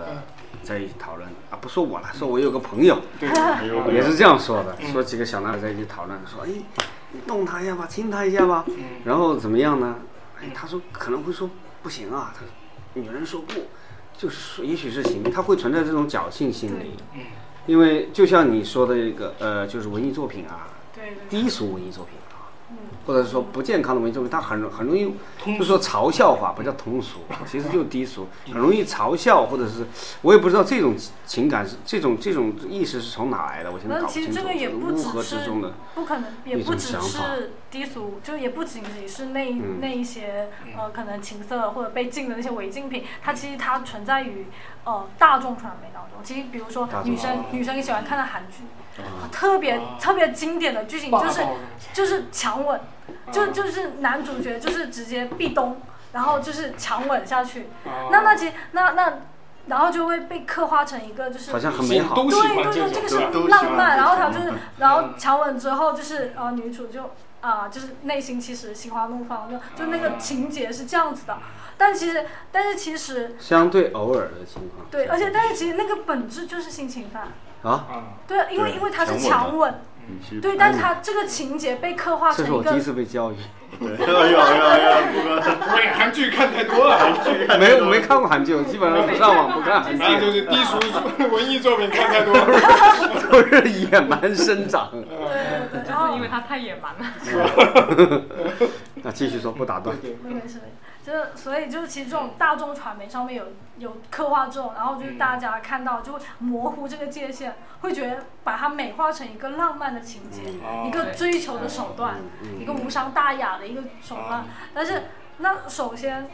[SPEAKER 1] 在一起讨论啊，不说我了，说我有个朋友
[SPEAKER 2] 对，
[SPEAKER 5] 哎呦
[SPEAKER 1] 也是这样说的，说几个小男孩在一起讨论，说哎，你动他一下吧，亲他一下吧，然后怎么样呢？哎，他说可能会说不行啊，他说女人说不，就是也许是行，他会存在这种侥幸心理，因为就像你说的这个呃，就是文艺作品啊，
[SPEAKER 3] 对对
[SPEAKER 1] 低俗文艺作品啊，
[SPEAKER 3] 嗯
[SPEAKER 1] 或者是说不健康的文艺作品，它很很容易
[SPEAKER 2] 通
[SPEAKER 1] 就说嘲笑化，不叫通俗，其实就是低俗，
[SPEAKER 3] 嗯
[SPEAKER 1] 很容易嘲笑，或者是我也不知道这种情感是这种这种意识是从哪来的，我现在
[SPEAKER 3] 那
[SPEAKER 1] 搞不
[SPEAKER 3] 呃其
[SPEAKER 1] 清
[SPEAKER 3] 实
[SPEAKER 1] 楚，
[SPEAKER 3] 这个也不
[SPEAKER 1] 乌合
[SPEAKER 3] 只
[SPEAKER 1] 之
[SPEAKER 3] 是
[SPEAKER 1] 众的。，
[SPEAKER 3] 不可能，也
[SPEAKER 1] 一
[SPEAKER 3] 不
[SPEAKER 1] 种
[SPEAKER 3] 只
[SPEAKER 1] 想法
[SPEAKER 3] 是低俗，就也不仅仅是那一、
[SPEAKER 1] 嗯
[SPEAKER 3] 那一些
[SPEAKER 2] 嗯
[SPEAKER 3] 呃可能情色或者被禁的那些违禁品，它其实它存在于呃大众传媒当中。其实比如说
[SPEAKER 1] 大众
[SPEAKER 3] 女生
[SPEAKER 1] 传媒
[SPEAKER 3] 女生喜欢看的韩剧，
[SPEAKER 1] 啊
[SPEAKER 3] 特别、特别经典的剧情就是
[SPEAKER 2] 霸道的
[SPEAKER 3] 就是强吻，就
[SPEAKER 2] 啊
[SPEAKER 3] 就是男主角就是直接壁咚，然后就是强吻下去。
[SPEAKER 2] 啊
[SPEAKER 3] 那那其实那那然后就会被刻画成一个就是
[SPEAKER 1] 好像很美好
[SPEAKER 2] 都喜
[SPEAKER 3] 对
[SPEAKER 2] 欢
[SPEAKER 3] 对
[SPEAKER 2] 这
[SPEAKER 3] 对，这
[SPEAKER 2] 种嗯
[SPEAKER 3] 个，
[SPEAKER 5] 对吧都
[SPEAKER 3] 是
[SPEAKER 5] 喜
[SPEAKER 3] 浪
[SPEAKER 5] 欢
[SPEAKER 3] 漫。
[SPEAKER 5] 这
[SPEAKER 3] 然后他
[SPEAKER 5] 种
[SPEAKER 3] 就是，然后强吻之后就是呃，女主就啊、就是内心其实心花怒放，就就那个情节是这样子的。但其实，但是其实
[SPEAKER 1] 相对偶尔的情况。
[SPEAKER 3] 对，而且但是其实那个本质就是性侵犯。
[SPEAKER 1] 啊，
[SPEAKER 2] 啊，
[SPEAKER 3] 对，因为
[SPEAKER 5] 对
[SPEAKER 3] 因为他是
[SPEAKER 5] 强啊
[SPEAKER 3] 强吻，
[SPEAKER 5] 你是
[SPEAKER 3] 对，但是他这个情节被刻画
[SPEAKER 1] 这
[SPEAKER 3] 成
[SPEAKER 1] 是我
[SPEAKER 3] 一
[SPEAKER 1] 第一
[SPEAKER 3] 个
[SPEAKER 1] 次被 教育，
[SPEAKER 5] 对，哎呦哎呦哎呦，不过
[SPEAKER 2] 我也韩剧看太多了，啊
[SPEAKER 1] 没有我没看过韩剧，我基本上上网不看韩
[SPEAKER 2] 然后
[SPEAKER 1] 剧，
[SPEAKER 2] 就是低俗
[SPEAKER 4] 哦
[SPEAKER 2] 文艺作品看太多了，
[SPEAKER 1] 都是野蛮生长。
[SPEAKER 3] 对对 对，然
[SPEAKER 4] 就是
[SPEAKER 3] 后
[SPEAKER 4] 因为他太野蛮了。
[SPEAKER 1] 那继续说，不打断。
[SPEAKER 3] 那个是，就是所以就是其实这种大众传媒上面有有刻画这种，然后就是大家看到就会模糊这个界限，会觉得把它美化成一个浪漫的情节，
[SPEAKER 2] 嗯
[SPEAKER 3] 一个追求的手段，
[SPEAKER 1] 嗯
[SPEAKER 3] 一个无伤大雅的一个手段。但是那首先，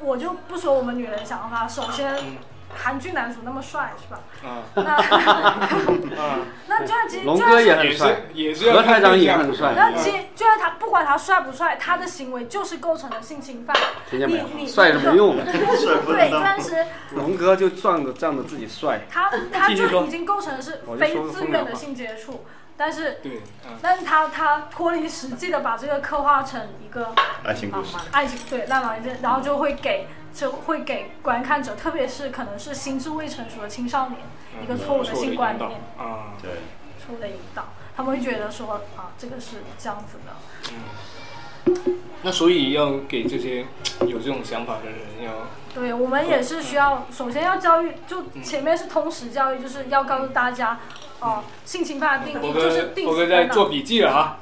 [SPEAKER 3] 我就不说我们女人想法，首先
[SPEAKER 2] 嗯
[SPEAKER 3] 韩剧男主那么帅是吧？
[SPEAKER 2] 啊
[SPEAKER 3] 那
[SPEAKER 2] 啊，
[SPEAKER 3] 那就算其实
[SPEAKER 1] 龙
[SPEAKER 3] 就
[SPEAKER 1] 哥
[SPEAKER 3] 算
[SPEAKER 1] 也
[SPEAKER 3] 是。
[SPEAKER 1] 很
[SPEAKER 2] 也
[SPEAKER 1] 帅
[SPEAKER 2] 是，也是
[SPEAKER 1] 何
[SPEAKER 2] 要
[SPEAKER 1] 台
[SPEAKER 2] 看
[SPEAKER 1] 长
[SPEAKER 2] 对啊
[SPEAKER 1] 也
[SPEAKER 2] 象
[SPEAKER 1] 很帅，
[SPEAKER 3] 那其实就算他不管他帅不帅，他的行为就是构成了性侵犯。
[SPEAKER 1] 听
[SPEAKER 3] 你
[SPEAKER 1] 见没
[SPEAKER 3] 你
[SPEAKER 1] 有？帅是没用的。
[SPEAKER 5] 帅不
[SPEAKER 3] 对，
[SPEAKER 5] 能当
[SPEAKER 3] 但是
[SPEAKER 1] 龙哥就仗着仗着自己帅，
[SPEAKER 3] 他他
[SPEAKER 1] 继续说
[SPEAKER 3] 就已经构成的是
[SPEAKER 1] 我就
[SPEAKER 3] 非
[SPEAKER 1] 说个
[SPEAKER 3] 自
[SPEAKER 1] 风
[SPEAKER 3] 愿
[SPEAKER 1] 凉
[SPEAKER 3] 的
[SPEAKER 1] 话
[SPEAKER 3] 性接触，但是
[SPEAKER 2] 对，啊
[SPEAKER 3] 但是他他脱离实际的把这个刻画成一个
[SPEAKER 5] 爱情
[SPEAKER 2] 哦
[SPEAKER 5] 故事，
[SPEAKER 3] 爱情对浪漫一件，然后就会给就会给观看者，特别是可能是心智未成熟的青少年
[SPEAKER 2] 嗯
[SPEAKER 3] 一个错误的性观念
[SPEAKER 2] 啊，
[SPEAKER 5] 对，
[SPEAKER 3] 错误的引导，他们会觉得说啊这个是这样子的，
[SPEAKER 2] 那所以要给这些有这种想法的人要
[SPEAKER 3] 对我们也是需要，首先要教育，就前面是通识教育，就是要告诉大家，哦、性侵犯的定
[SPEAKER 2] 波
[SPEAKER 3] 义就是
[SPEAKER 2] 嗯哥，
[SPEAKER 3] 定
[SPEAKER 2] 波
[SPEAKER 3] 死
[SPEAKER 2] 哥在
[SPEAKER 3] 在
[SPEAKER 2] 做
[SPEAKER 3] 哪？
[SPEAKER 2] 笔记了啊。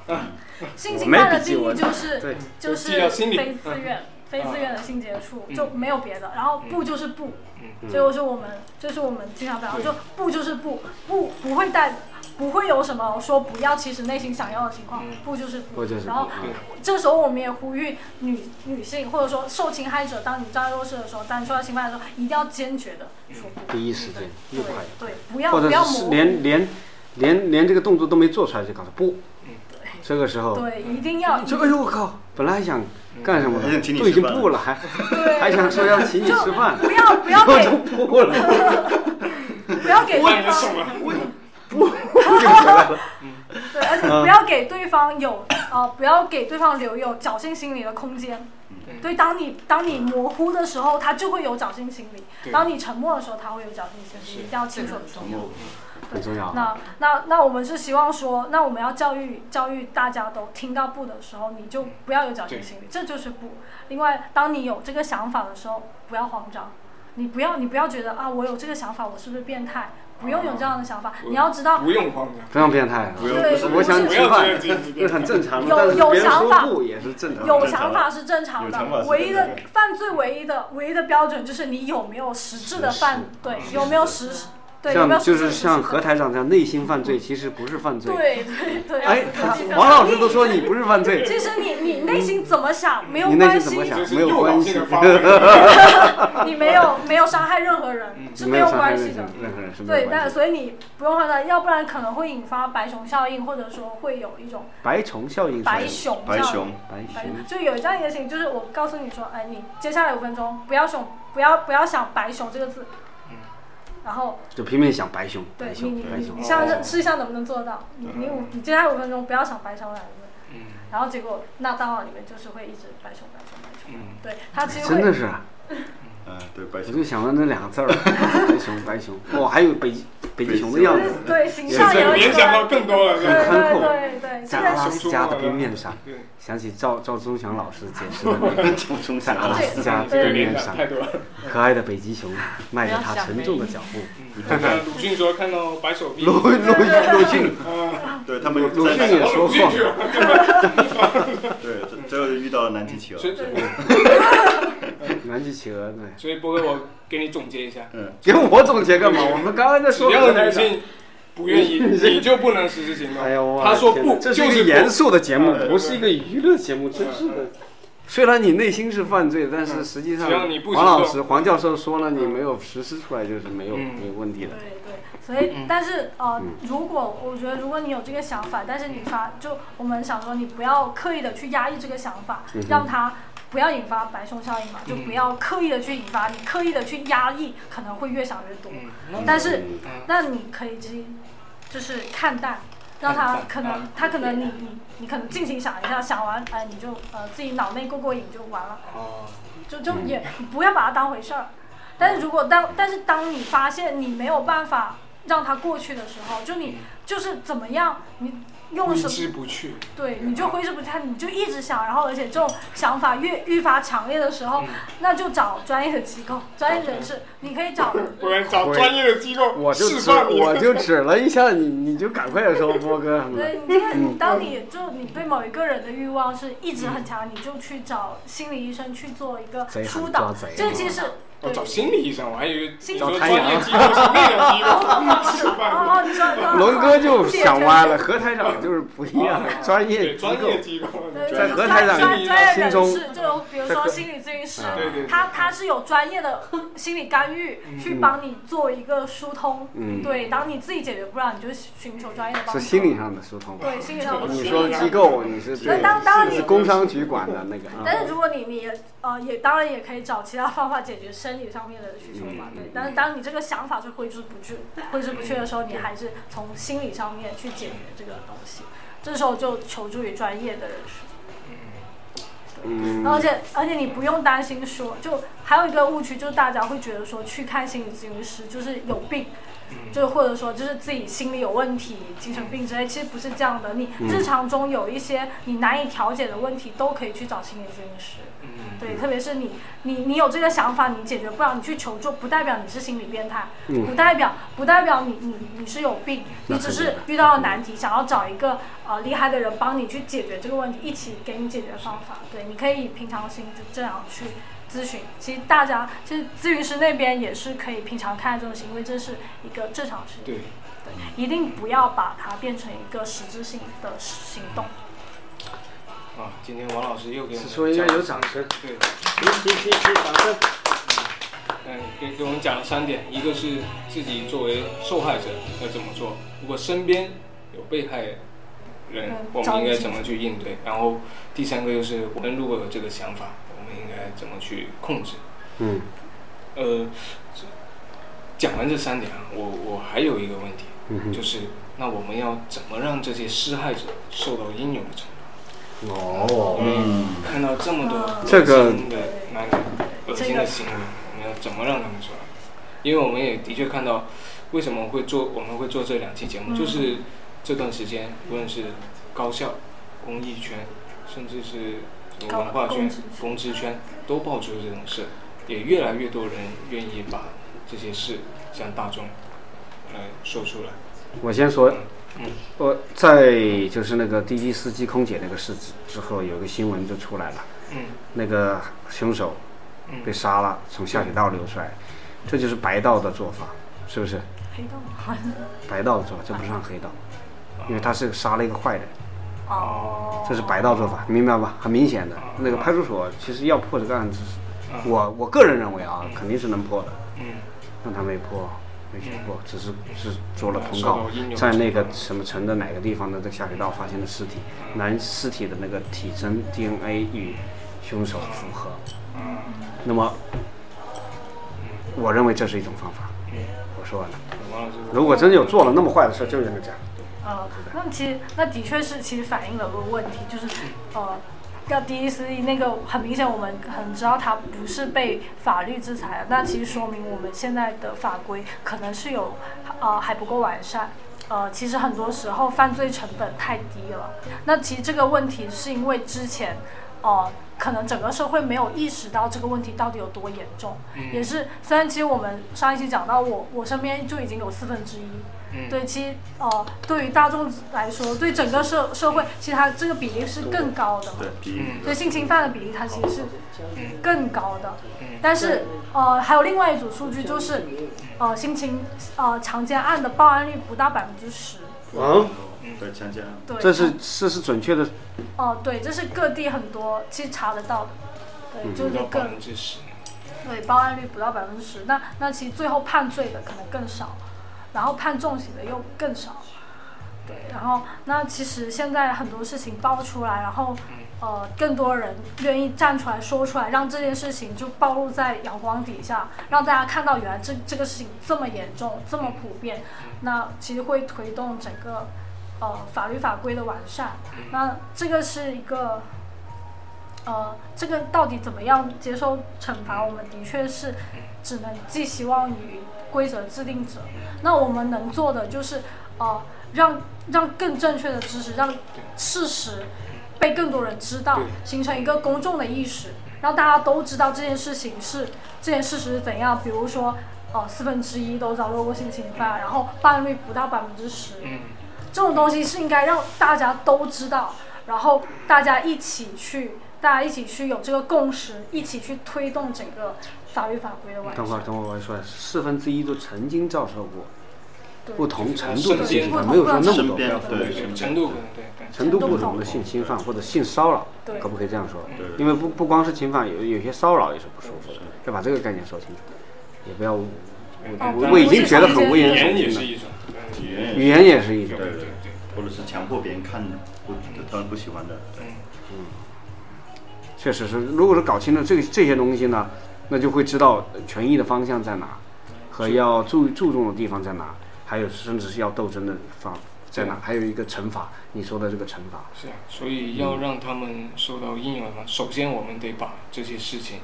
[SPEAKER 3] 性侵犯
[SPEAKER 1] 我没
[SPEAKER 3] 的
[SPEAKER 1] 笔记
[SPEAKER 3] 定
[SPEAKER 1] 我
[SPEAKER 3] 义就是
[SPEAKER 1] 对，
[SPEAKER 3] 就
[SPEAKER 2] 记到
[SPEAKER 3] 是
[SPEAKER 2] 心里
[SPEAKER 3] 非自愿、非自愿的性接触，
[SPEAKER 2] 嗯
[SPEAKER 3] 就没有别的。然后不就是不，
[SPEAKER 1] 嗯
[SPEAKER 3] 所以我说我们就是我们经常表达，
[SPEAKER 2] 对
[SPEAKER 3] 就不就是不，不不会带，不会有什么说不要，其实内心想要的情况
[SPEAKER 2] 嗯，
[SPEAKER 3] 不就是不
[SPEAKER 1] 我就是。嗯
[SPEAKER 3] 然后这时候我们也呼吁女女性或者说受侵害者，当你占有弱势的时候，当你受到侵犯的时候，一定要坚决的说不。
[SPEAKER 1] 第一时间
[SPEAKER 3] 对
[SPEAKER 1] 一块，
[SPEAKER 3] 对，不要
[SPEAKER 1] 嗯或
[SPEAKER 3] 不
[SPEAKER 1] 者
[SPEAKER 3] 要模
[SPEAKER 1] 是
[SPEAKER 3] 糊。
[SPEAKER 1] 连连连连这个动作都没做出来就告诉不，这个时候
[SPEAKER 3] 嗯对，一定要
[SPEAKER 1] 就哎呦我靠，本来嗯想干什么
[SPEAKER 5] 还
[SPEAKER 1] 的
[SPEAKER 5] 想请你
[SPEAKER 1] 都已
[SPEAKER 5] 吃
[SPEAKER 1] 经
[SPEAKER 5] 饭
[SPEAKER 1] 不了，还
[SPEAKER 3] 对，
[SPEAKER 1] 还想说要请你
[SPEAKER 3] 就
[SPEAKER 1] 吃饭，
[SPEAKER 3] 不要不要
[SPEAKER 1] 然后 就
[SPEAKER 3] 给
[SPEAKER 1] 不了。
[SPEAKER 3] 不要给对
[SPEAKER 2] 也
[SPEAKER 3] 方
[SPEAKER 2] 送了，
[SPEAKER 3] 对，而
[SPEAKER 1] 嗯
[SPEAKER 3] 且不要给对方有呃，不要给对方留有侥幸心理的空间。
[SPEAKER 2] 嗯
[SPEAKER 3] 对，当你当你模糊的时候，他就会有侥幸心理；
[SPEAKER 2] 对
[SPEAKER 3] 当你沉默的时候，他会有侥幸心理。一定要清楚地说。
[SPEAKER 1] 很重要啊。
[SPEAKER 3] 那那那我们是希望说，那我们要教育教育大家都听到不的时候，你就不要有侥幸心理，这就是不。另外，当你有这个想法的时候，不要慌张，你不要你不要觉得啊，我有这个想法，我是不是变态？不用有这样的想法，你要知道
[SPEAKER 2] 不用慌张，
[SPEAKER 1] 不要变态啊！
[SPEAKER 5] 不用
[SPEAKER 3] 对
[SPEAKER 5] 不
[SPEAKER 1] 我
[SPEAKER 5] 是
[SPEAKER 1] 想你
[SPEAKER 2] 不
[SPEAKER 1] 吃
[SPEAKER 2] 要这
[SPEAKER 1] 饭
[SPEAKER 2] 样，子，
[SPEAKER 1] 这很正常的，
[SPEAKER 3] 有
[SPEAKER 1] 但是
[SPEAKER 3] 有
[SPEAKER 1] 别人
[SPEAKER 3] 想
[SPEAKER 1] 说
[SPEAKER 3] 法
[SPEAKER 1] 不也是正常的。
[SPEAKER 3] 有想法是正常
[SPEAKER 5] 有想法
[SPEAKER 3] 的，
[SPEAKER 5] 是
[SPEAKER 3] 唯一的
[SPEAKER 5] 正常
[SPEAKER 3] 犯罪唯一的唯一的标准就是你有没有实质的犯对，有没有实对有没
[SPEAKER 1] 像
[SPEAKER 3] 有
[SPEAKER 1] 就
[SPEAKER 3] 实质
[SPEAKER 1] 是
[SPEAKER 3] 的
[SPEAKER 1] 像
[SPEAKER 3] 实
[SPEAKER 1] 何台长这样内心犯罪，其实不是犯罪。
[SPEAKER 3] 对对对，
[SPEAKER 1] 哎，
[SPEAKER 3] 要
[SPEAKER 1] 他
[SPEAKER 3] 自己
[SPEAKER 1] 王老师都说你不是犯罪，
[SPEAKER 3] 其实你你内心怎么想没有
[SPEAKER 1] 你内
[SPEAKER 3] 关
[SPEAKER 1] 心怎
[SPEAKER 3] 系
[SPEAKER 1] 么，想
[SPEAKER 2] 就是诱导性的发
[SPEAKER 3] 你没有没有伤害任何人是
[SPEAKER 1] 嗯没
[SPEAKER 3] 有
[SPEAKER 1] 伤害
[SPEAKER 3] 关
[SPEAKER 1] 任
[SPEAKER 3] 系的
[SPEAKER 1] 何。任何人是没
[SPEAKER 3] 对
[SPEAKER 1] 有，关
[SPEAKER 3] 但
[SPEAKER 1] 系。
[SPEAKER 3] 所以你不用害怕，要不然可能会引发白熊效应，或者说会有一种
[SPEAKER 1] 白熊效应是吧，
[SPEAKER 3] 白熊
[SPEAKER 5] 白
[SPEAKER 3] 效应
[SPEAKER 5] 熊。
[SPEAKER 1] 白
[SPEAKER 3] 白
[SPEAKER 1] 熊，
[SPEAKER 3] 就有这样一个事情，就是我告诉你说，哎，你接下来五分钟不要熊，不要不要想白熊这个字，然后
[SPEAKER 1] 就拼命想白熊，
[SPEAKER 3] 对
[SPEAKER 1] 白
[SPEAKER 3] 你
[SPEAKER 1] 熊，哦嗯
[SPEAKER 3] 你
[SPEAKER 1] 白熊
[SPEAKER 3] 你，像试一下能不能做得到，你你五你接下来五分钟不要想白熊两个字，
[SPEAKER 2] 嗯
[SPEAKER 3] 然后结果那大脑里面就是会一直白熊白熊白熊，
[SPEAKER 2] 嗯
[SPEAKER 3] 对它其实
[SPEAKER 1] 真的
[SPEAKER 3] 会
[SPEAKER 1] 是啊，
[SPEAKER 5] 嗯，对，白
[SPEAKER 1] 我
[SPEAKER 5] 熊
[SPEAKER 1] 哦就想到那两个字儿，白熊，白熊。我还有北北极熊的样
[SPEAKER 3] 就
[SPEAKER 1] 子
[SPEAKER 3] 是，对形
[SPEAKER 1] 也
[SPEAKER 2] 现
[SPEAKER 1] 是
[SPEAKER 3] 象
[SPEAKER 1] 这
[SPEAKER 3] 有
[SPEAKER 1] 个
[SPEAKER 2] 在
[SPEAKER 3] 一
[SPEAKER 2] 联
[SPEAKER 3] 个
[SPEAKER 2] 想到更多了，
[SPEAKER 3] 对
[SPEAKER 2] 是吧？
[SPEAKER 1] 宽阔
[SPEAKER 3] 对对对，
[SPEAKER 1] 在
[SPEAKER 3] 虽
[SPEAKER 1] 阿
[SPEAKER 3] 然
[SPEAKER 1] 拉
[SPEAKER 3] 是
[SPEAKER 1] 斯加的冰面上，
[SPEAKER 2] 对，
[SPEAKER 1] 想起赵赵忠祥老师解释的那
[SPEAKER 5] 从从
[SPEAKER 1] 个，在
[SPEAKER 5] 想
[SPEAKER 1] 阿拉斯加
[SPEAKER 2] 这个
[SPEAKER 1] 冰
[SPEAKER 2] 联
[SPEAKER 1] 啊面上，
[SPEAKER 2] 想嗯太多了。
[SPEAKER 1] 可爱的北极熊迈着它沉重的脚步。
[SPEAKER 2] 嗯，鲁迅说看到白手 臂，
[SPEAKER 1] 鲁
[SPEAKER 2] 啊，
[SPEAKER 1] 鲁鲁迅，
[SPEAKER 5] 对他们
[SPEAKER 1] 鲁迅
[SPEAKER 5] 在
[SPEAKER 1] 也说
[SPEAKER 2] 鲁迅去
[SPEAKER 1] 过，
[SPEAKER 2] 了，
[SPEAKER 5] 对，这最后遇到了南极企鹅。
[SPEAKER 2] 所以所以
[SPEAKER 1] 南极企鹅对。
[SPEAKER 2] 所以波哥，我给你总结一下，
[SPEAKER 5] 嗯，
[SPEAKER 1] 给我总结干嘛？我们刚刚在
[SPEAKER 2] 只
[SPEAKER 1] 说
[SPEAKER 2] 要
[SPEAKER 1] 河南
[SPEAKER 2] 女
[SPEAKER 1] 省
[SPEAKER 2] 性不愿意，你就不能实施行
[SPEAKER 1] 哎
[SPEAKER 2] 动。嗯
[SPEAKER 1] 呦，
[SPEAKER 2] 他说
[SPEAKER 1] 我的天哪
[SPEAKER 2] 不
[SPEAKER 1] 这是一
[SPEAKER 2] 就
[SPEAKER 1] 个
[SPEAKER 2] 是不
[SPEAKER 1] 严肃的节目，
[SPEAKER 2] 对
[SPEAKER 1] 不是一个娱乐节目，真是的。虽然你内心是犯罪，但是
[SPEAKER 2] 嗯
[SPEAKER 1] 实际上，
[SPEAKER 2] 只要你不
[SPEAKER 1] 黄
[SPEAKER 2] 行
[SPEAKER 1] 老
[SPEAKER 2] 动
[SPEAKER 1] 师、黄教授说了，你没有实施出来，就是没有
[SPEAKER 2] 嗯
[SPEAKER 1] 没有问题的。
[SPEAKER 3] 对对，所以但是呃，如果我觉得如果你有这个想法，但是你发就我们想说你不要刻意的去压抑这个想法，
[SPEAKER 2] 嗯
[SPEAKER 3] 让它不要引发白熊效应嘛，就不要刻意的去引发，你刻意的去压抑，可能会越想越多。
[SPEAKER 2] 嗯，那
[SPEAKER 3] 但是
[SPEAKER 1] 嗯
[SPEAKER 3] 那你可以去就是看淡。让
[SPEAKER 2] 看
[SPEAKER 3] 他
[SPEAKER 2] 淡
[SPEAKER 3] 可能
[SPEAKER 2] 嗯，
[SPEAKER 3] 他可能你你你可能尽情想一下，想完哎你就呃自己脑内过过瘾就完了。
[SPEAKER 2] 哦，
[SPEAKER 3] 就就也不要把它当回事儿。但是如果当但是当你发现你没有办法让它过去的时候，就你就是怎么样，你用
[SPEAKER 2] 挥
[SPEAKER 3] 什
[SPEAKER 2] 之
[SPEAKER 3] 么
[SPEAKER 2] 不去，
[SPEAKER 3] 对，你就挥之不去，你就一直想，然后而且这种想法越愈发强烈的时候，那就找专业的机构、专业人士，你可以找
[SPEAKER 2] 不然找专业的机构
[SPEAKER 1] 我就
[SPEAKER 2] 释
[SPEAKER 1] 指
[SPEAKER 2] 放你。
[SPEAKER 1] 我就指了一下你，你就赶快说波哥什么的。
[SPEAKER 3] 对，你这个，你当你就你对某一个人的欲望是一直很强，你就去找心理医生去做一个
[SPEAKER 1] 贼喊
[SPEAKER 3] 疏
[SPEAKER 1] 抓
[SPEAKER 3] 导
[SPEAKER 1] 贼，
[SPEAKER 3] 这其实
[SPEAKER 2] 我
[SPEAKER 3] 对。
[SPEAKER 2] 找心理医生，我还以为你
[SPEAKER 3] 心理
[SPEAKER 2] 说
[SPEAKER 1] 找
[SPEAKER 2] 专
[SPEAKER 1] 谭
[SPEAKER 2] 业
[SPEAKER 1] 阳
[SPEAKER 2] 机构是那个机构释放
[SPEAKER 3] 哦哦，你说
[SPEAKER 1] 龙哥就想歪了，
[SPEAKER 3] 对
[SPEAKER 1] 何台长就是不 一样，
[SPEAKER 2] 哦
[SPEAKER 1] 专业
[SPEAKER 2] 对
[SPEAKER 1] 机
[SPEAKER 2] 专
[SPEAKER 1] 构
[SPEAKER 2] 业机构，
[SPEAKER 3] 对
[SPEAKER 1] 在
[SPEAKER 3] 对
[SPEAKER 1] 何台长
[SPEAKER 3] 专专业人
[SPEAKER 1] 心
[SPEAKER 3] 士，就比如说心理咨询师
[SPEAKER 1] 啊
[SPEAKER 2] 对对对，
[SPEAKER 3] 他他是有专业的心理干预去帮你做一个疏通。
[SPEAKER 1] 嗯
[SPEAKER 3] 对，当你自己解决不了，你就寻求专业的帮助。
[SPEAKER 1] 是心理上的疏通。
[SPEAKER 3] 对心理上的疏通。
[SPEAKER 1] 你说机构，你是
[SPEAKER 3] 那
[SPEAKER 1] 对，
[SPEAKER 3] 当当
[SPEAKER 1] 是
[SPEAKER 3] 你
[SPEAKER 1] 工商局管的那个啊。
[SPEAKER 3] 但是如果你你也呃也当然也可以找其他方法解决生理上面的需求
[SPEAKER 1] 嗯
[SPEAKER 3] 嘛，对。但是当你这个想法是挥之不去、挥之不去的时候，你还是从心理上面去解决这个东西，这时候就求助于专业的人士。
[SPEAKER 1] 嗯，
[SPEAKER 3] 而且而且你不用担心说，就还有一个误区，就是大家会觉得说去看心理咨询师就是有病，
[SPEAKER 2] 嗯
[SPEAKER 3] 就或者说就是自己心理有问题、精神病之类，其实不是这样的。你日常中有一些你难以调解的问题，都可以去找心理咨询师。
[SPEAKER 2] 嗯
[SPEAKER 3] 对，特别是你你你有这个想法，你解决不了，你去求助，不代表你是心理变态，不代表不代表你你你是有病，你只是遇到了难题，想要找一个呃厉害的人帮你去解决这个问题，一起给你解决方法。对，你可以平常心就这样去咨询。其实大家其实咨询师那边也是可以平常看这种行为，这是一个正常事情，
[SPEAKER 2] 对，
[SPEAKER 3] 一定不要把它变成一个实质性的行动。
[SPEAKER 2] 啊，今天王老师又给我们
[SPEAKER 1] 说应该
[SPEAKER 2] 讲
[SPEAKER 1] 有掌声。嗯
[SPEAKER 2] 对。
[SPEAKER 1] 行行行，掌声。
[SPEAKER 2] 嗯，给给我们讲了三点，一个是自己作为受害者要怎么做，如果身边有被害人
[SPEAKER 3] 嗯，
[SPEAKER 2] 我
[SPEAKER 3] 找
[SPEAKER 2] 们应该怎么去应对？然后第三个就是我们如果有这个想法，我们应该怎么去控制？
[SPEAKER 1] 嗯，
[SPEAKER 2] 呃，这讲完这三点啊，我我还有一个问题，就是那我们要怎么让这些施害者受到应有的惩罚？
[SPEAKER 1] 哦，
[SPEAKER 5] 嗯，
[SPEAKER 2] 看到这么多
[SPEAKER 3] 啊
[SPEAKER 2] 恶
[SPEAKER 1] 这个
[SPEAKER 2] 心的那个恶心的行为，我们要怎么让他们出来？因为我们也的确看到，为什么会做我们会做这两期节目，就是这段时间，无论是高校、公益圈，甚至是文化
[SPEAKER 3] 高
[SPEAKER 2] 圈
[SPEAKER 3] 公知圈、
[SPEAKER 2] 公知圈，都爆出这种事，也越来越多人愿意把这些事向大众来说出来。
[SPEAKER 1] 我先说
[SPEAKER 2] 嗯，
[SPEAKER 1] 我在就是那个滴滴司机空姐那个事之之后，有个新闻就出来了，
[SPEAKER 2] 嗯
[SPEAKER 1] 那个凶手被杀了，从下水道流出来，这就是白道的做法，是不是？
[SPEAKER 3] 黑洞，
[SPEAKER 1] 白道的做法，这不算黑道，因为他是杀了一个坏人，
[SPEAKER 2] 嗯
[SPEAKER 3] 哦，
[SPEAKER 1] 这是白道做法，明白吧？很明显
[SPEAKER 2] 啊
[SPEAKER 1] 的，那个派出所其实要破这个案子，我我个人认为啊，肯定是能破的，
[SPEAKER 2] 嗯，
[SPEAKER 1] 但他没破，没去破，只是只是做了通
[SPEAKER 2] 受
[SPEAKER 1] 告
[SPEAKER 2] 到应有的，
[SPEAKER 1] 在那
[SPEAKER 2] 惩
[SPEAKER 1] 个
[SPEAKER 2] 罚
[SPEAKER 1] 什么城的哪个地方的这个下水道发现的尸体，
[SPEAKER 2] 嗯
[SPEAKER 1] 男尸体的那个体征 DNA 与凶手符合。
[SPEAKER 2] 嗯
[SPEAKER 1] 那么，我认为这是一种方法。
[SPEAKER 2] 嗯
[SPEAKER 1] 我说完了，
[SPEAKER 2] 王老师，
[SPEAKER 1] 如果真有做了那么坏的事，就应该这样。
[SPEAKER 3] 哦呃，那么其实那的确是其实反映了个问题，就是呃，要第一思那个很明显，我们很知道他不是被法律制裁啊的，那其实说明我们现在的法规可能是有呃还不够完善。呃，其实很多时候犯罪成本太低了。那其实这个问题是因为之前，呃，可能整个社会没有意识到这个问题到底有多严重。也是，虽然其实我们上一期讲到我，我身边就已经有四分之一。
[SPEAKER 2] 嗯
[SPEAKER 3] 对，其实呃，对于大众来说，对整个社社会，其实它这个比例是更高的嘛。
[SPEAKER 5] 对，比
[SPEAKER 2] 嗯
[SPEAKER 3] 所以性侵犯的比例它其实是
[SPEAKER 2] 嗯
[SPEAKER 3] 更高的
[SPEAKER 2] 嗯。
[SPEAKER 3] 但是呃，还有另外一组数据就是，呃，性侵呃强奸案的报案率不到百分之十。
[SPEAKER 1] 啊，
[SPEAKER 5] 对强奸案，
[SPEAKER 3] 对，
[SPEAKER 1] 这是这是准确的，
[SPEAKER 3] 哦、对，这是各地很多其实查得到的，对，
[SPEAKER 1] 嗯
[SPEAKER 3] 就
[SPEAKER 2] 到百
[SPEAKER 3] 是更
[SPEAKER 2] 分之十，
[SPEAKER 3] 对报案率不到百分之十，那那其实最后判罪的可能更少，然后判重刑的又更少，对，然后那其实现在很多事情爆出来，然后呃更多人愿意站出来说出来，让这件事情就暴露在阳光底下，让大家看到原来这这个事情这么严重，这么普遍，那其实会推动整个呃法律法规的完善，那这个是一个。呃，这个到底怎么样接受惩罚？我们的确是只能寄希望于规则制定者。那我们能做的就是，呃，让让更正确的知识，让事实被更多人知道
[SPEAKER 2] 对，
[SPEAKER 3] 形成一个公众的意识，让大家都知道这件事情是这件事实是怎样。比如说，呃，四分之一都遭受过性侵犯，然后办案率不到百分之十。
[SPEAKER 2] 嗯
[SPEAKER 3] 这种东西是应该让大家都知道，然后大家一起去，大家一起去有这个共识，一起去推动整个法律法规的完
[SPEAKER 1] 等会儿
[SPEAKER 3] 善。
[SPEAKER 1] 等会儿我说，四分之一都曾经遭受过
[SPEAKER 3] 对
[SPEAKER 1] 不同程度的
[SPEAKER 2] 对
[SPEAKER 1] 性侵
[SPEAKER 3] 不
[SPEAKER 1] 犯，
[SPEAKER 3] 同
[SPEAKER 1] 没有说那么
[SPEAKER 5] 身
[SPEAKER 1] 多
[SPEAKER 5] 边对
[SPEAKER 2] 对，
[SPEAKER 5] 身
[SPEAKER 2] 程
[SPEAKER 5] 边
[SPEAKER 2] 度可能对，对
[SPEAKER 1] 程度不同的性侵犯或者性骚扰，
[SPEAKER 3] 对
[SPEAKER 1] 可不可以这样说？
[SPEAKER 5] 对对
[SPEAKER 1] 因为不不光是侵犯，有有些骚扰也是不舒服的，要把这个概念说清楚，也不要我我
[SPEAKER 2] 啊
[SPEAKER 3] 对
[SPEAKER 1] 我已经觉得很危
[SPEAKER 2] 语
[SPEAKER 1] 言
[SPEAKER 2] 言也
[SPEAKER 1] 耸
[SPEAKER 2] 是
[SPEAKER 1] 听了，
[SPEAKER 2] 一种，
[SPEAKER 5] 语
[SPEAKER 2] 对
[SPEAKER 1] 语
[SPEAKER 5] 言也是
[SPEAKER 1] 言也是一种
[SPEAKER 5] 对
[SPEAKER 2] 对
[SPEAKER 5] 对
[SPEAKER 2] 对。
[SPEAKER 5] 或者是强迫别人看不他们不喜欢的，对
[SPEAKER 1] 确实是，如果是搞清楚这个这些东西呢，那就会知道呃权益的方向在哪，和要注注重的地方在哪，还有甚至是要斗争的方在哪，还有一个惩罚，你说的这个惩罚，
[SPEAKER 2] 是啊，所
[SPEAKER 1] 嗯
[SPEAKER 2] 以要让他们受到应用嘛，首先我们得把这些事情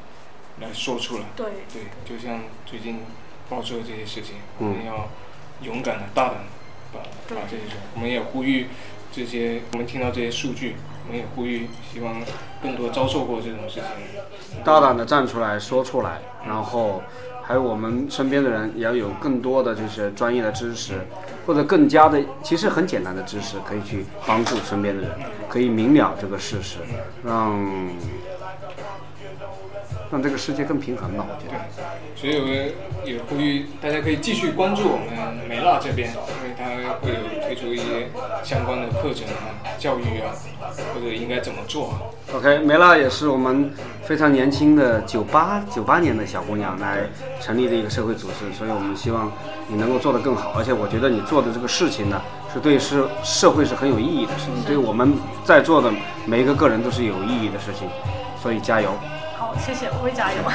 [SPEAKER 2] 来说出来。
[SPEAKER 3] 对
[SPEAKER 2] 对，就像最近爆出的这些事情，我
[SPEAKER 1] 嗯
[SPEAKER 2] 们要勇敢的、大胆地把
[SPEAKER 3] 对
[SPEAKER 2] 把这些说。我们也呼吁这些，我们听到这些数据，我们也呼吁希望更多遭受过这种事情的人。
[SPEAKER 1] 大胆的站出来说出来，然后还有我们身边的人也要有更多的就是专业的知识，或者更加的其实很简单的知识可以去帮助身边的人，可以明了这个事实，让让这个世界更平衡吧，我觉得。
[SPEAKER 2] 所以我也呼吁大家可以继续关注我们梅辣这边，因为它会有推出一些相关的课程啊、教育啊，或者应该怎么做啊。
[SPEAKER 1] OK，梅拉也是我们非常年轻的九八九八年的小姑娘来成立的一个社会组织，所以我们希望你能够做得更好，而且我觉得你做的这个事情呢，是对社社会是很有意义的事情，对我们在座的每一个个人都是有意义的事情，所以加油！
[SPEAKER 3] 好，谢谢，我会加油。
[SPEAKER 2] 好，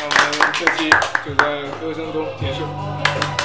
[SPEAKER 2] 那我们这期就在歌声中结束。
[SPEAKER 3] 好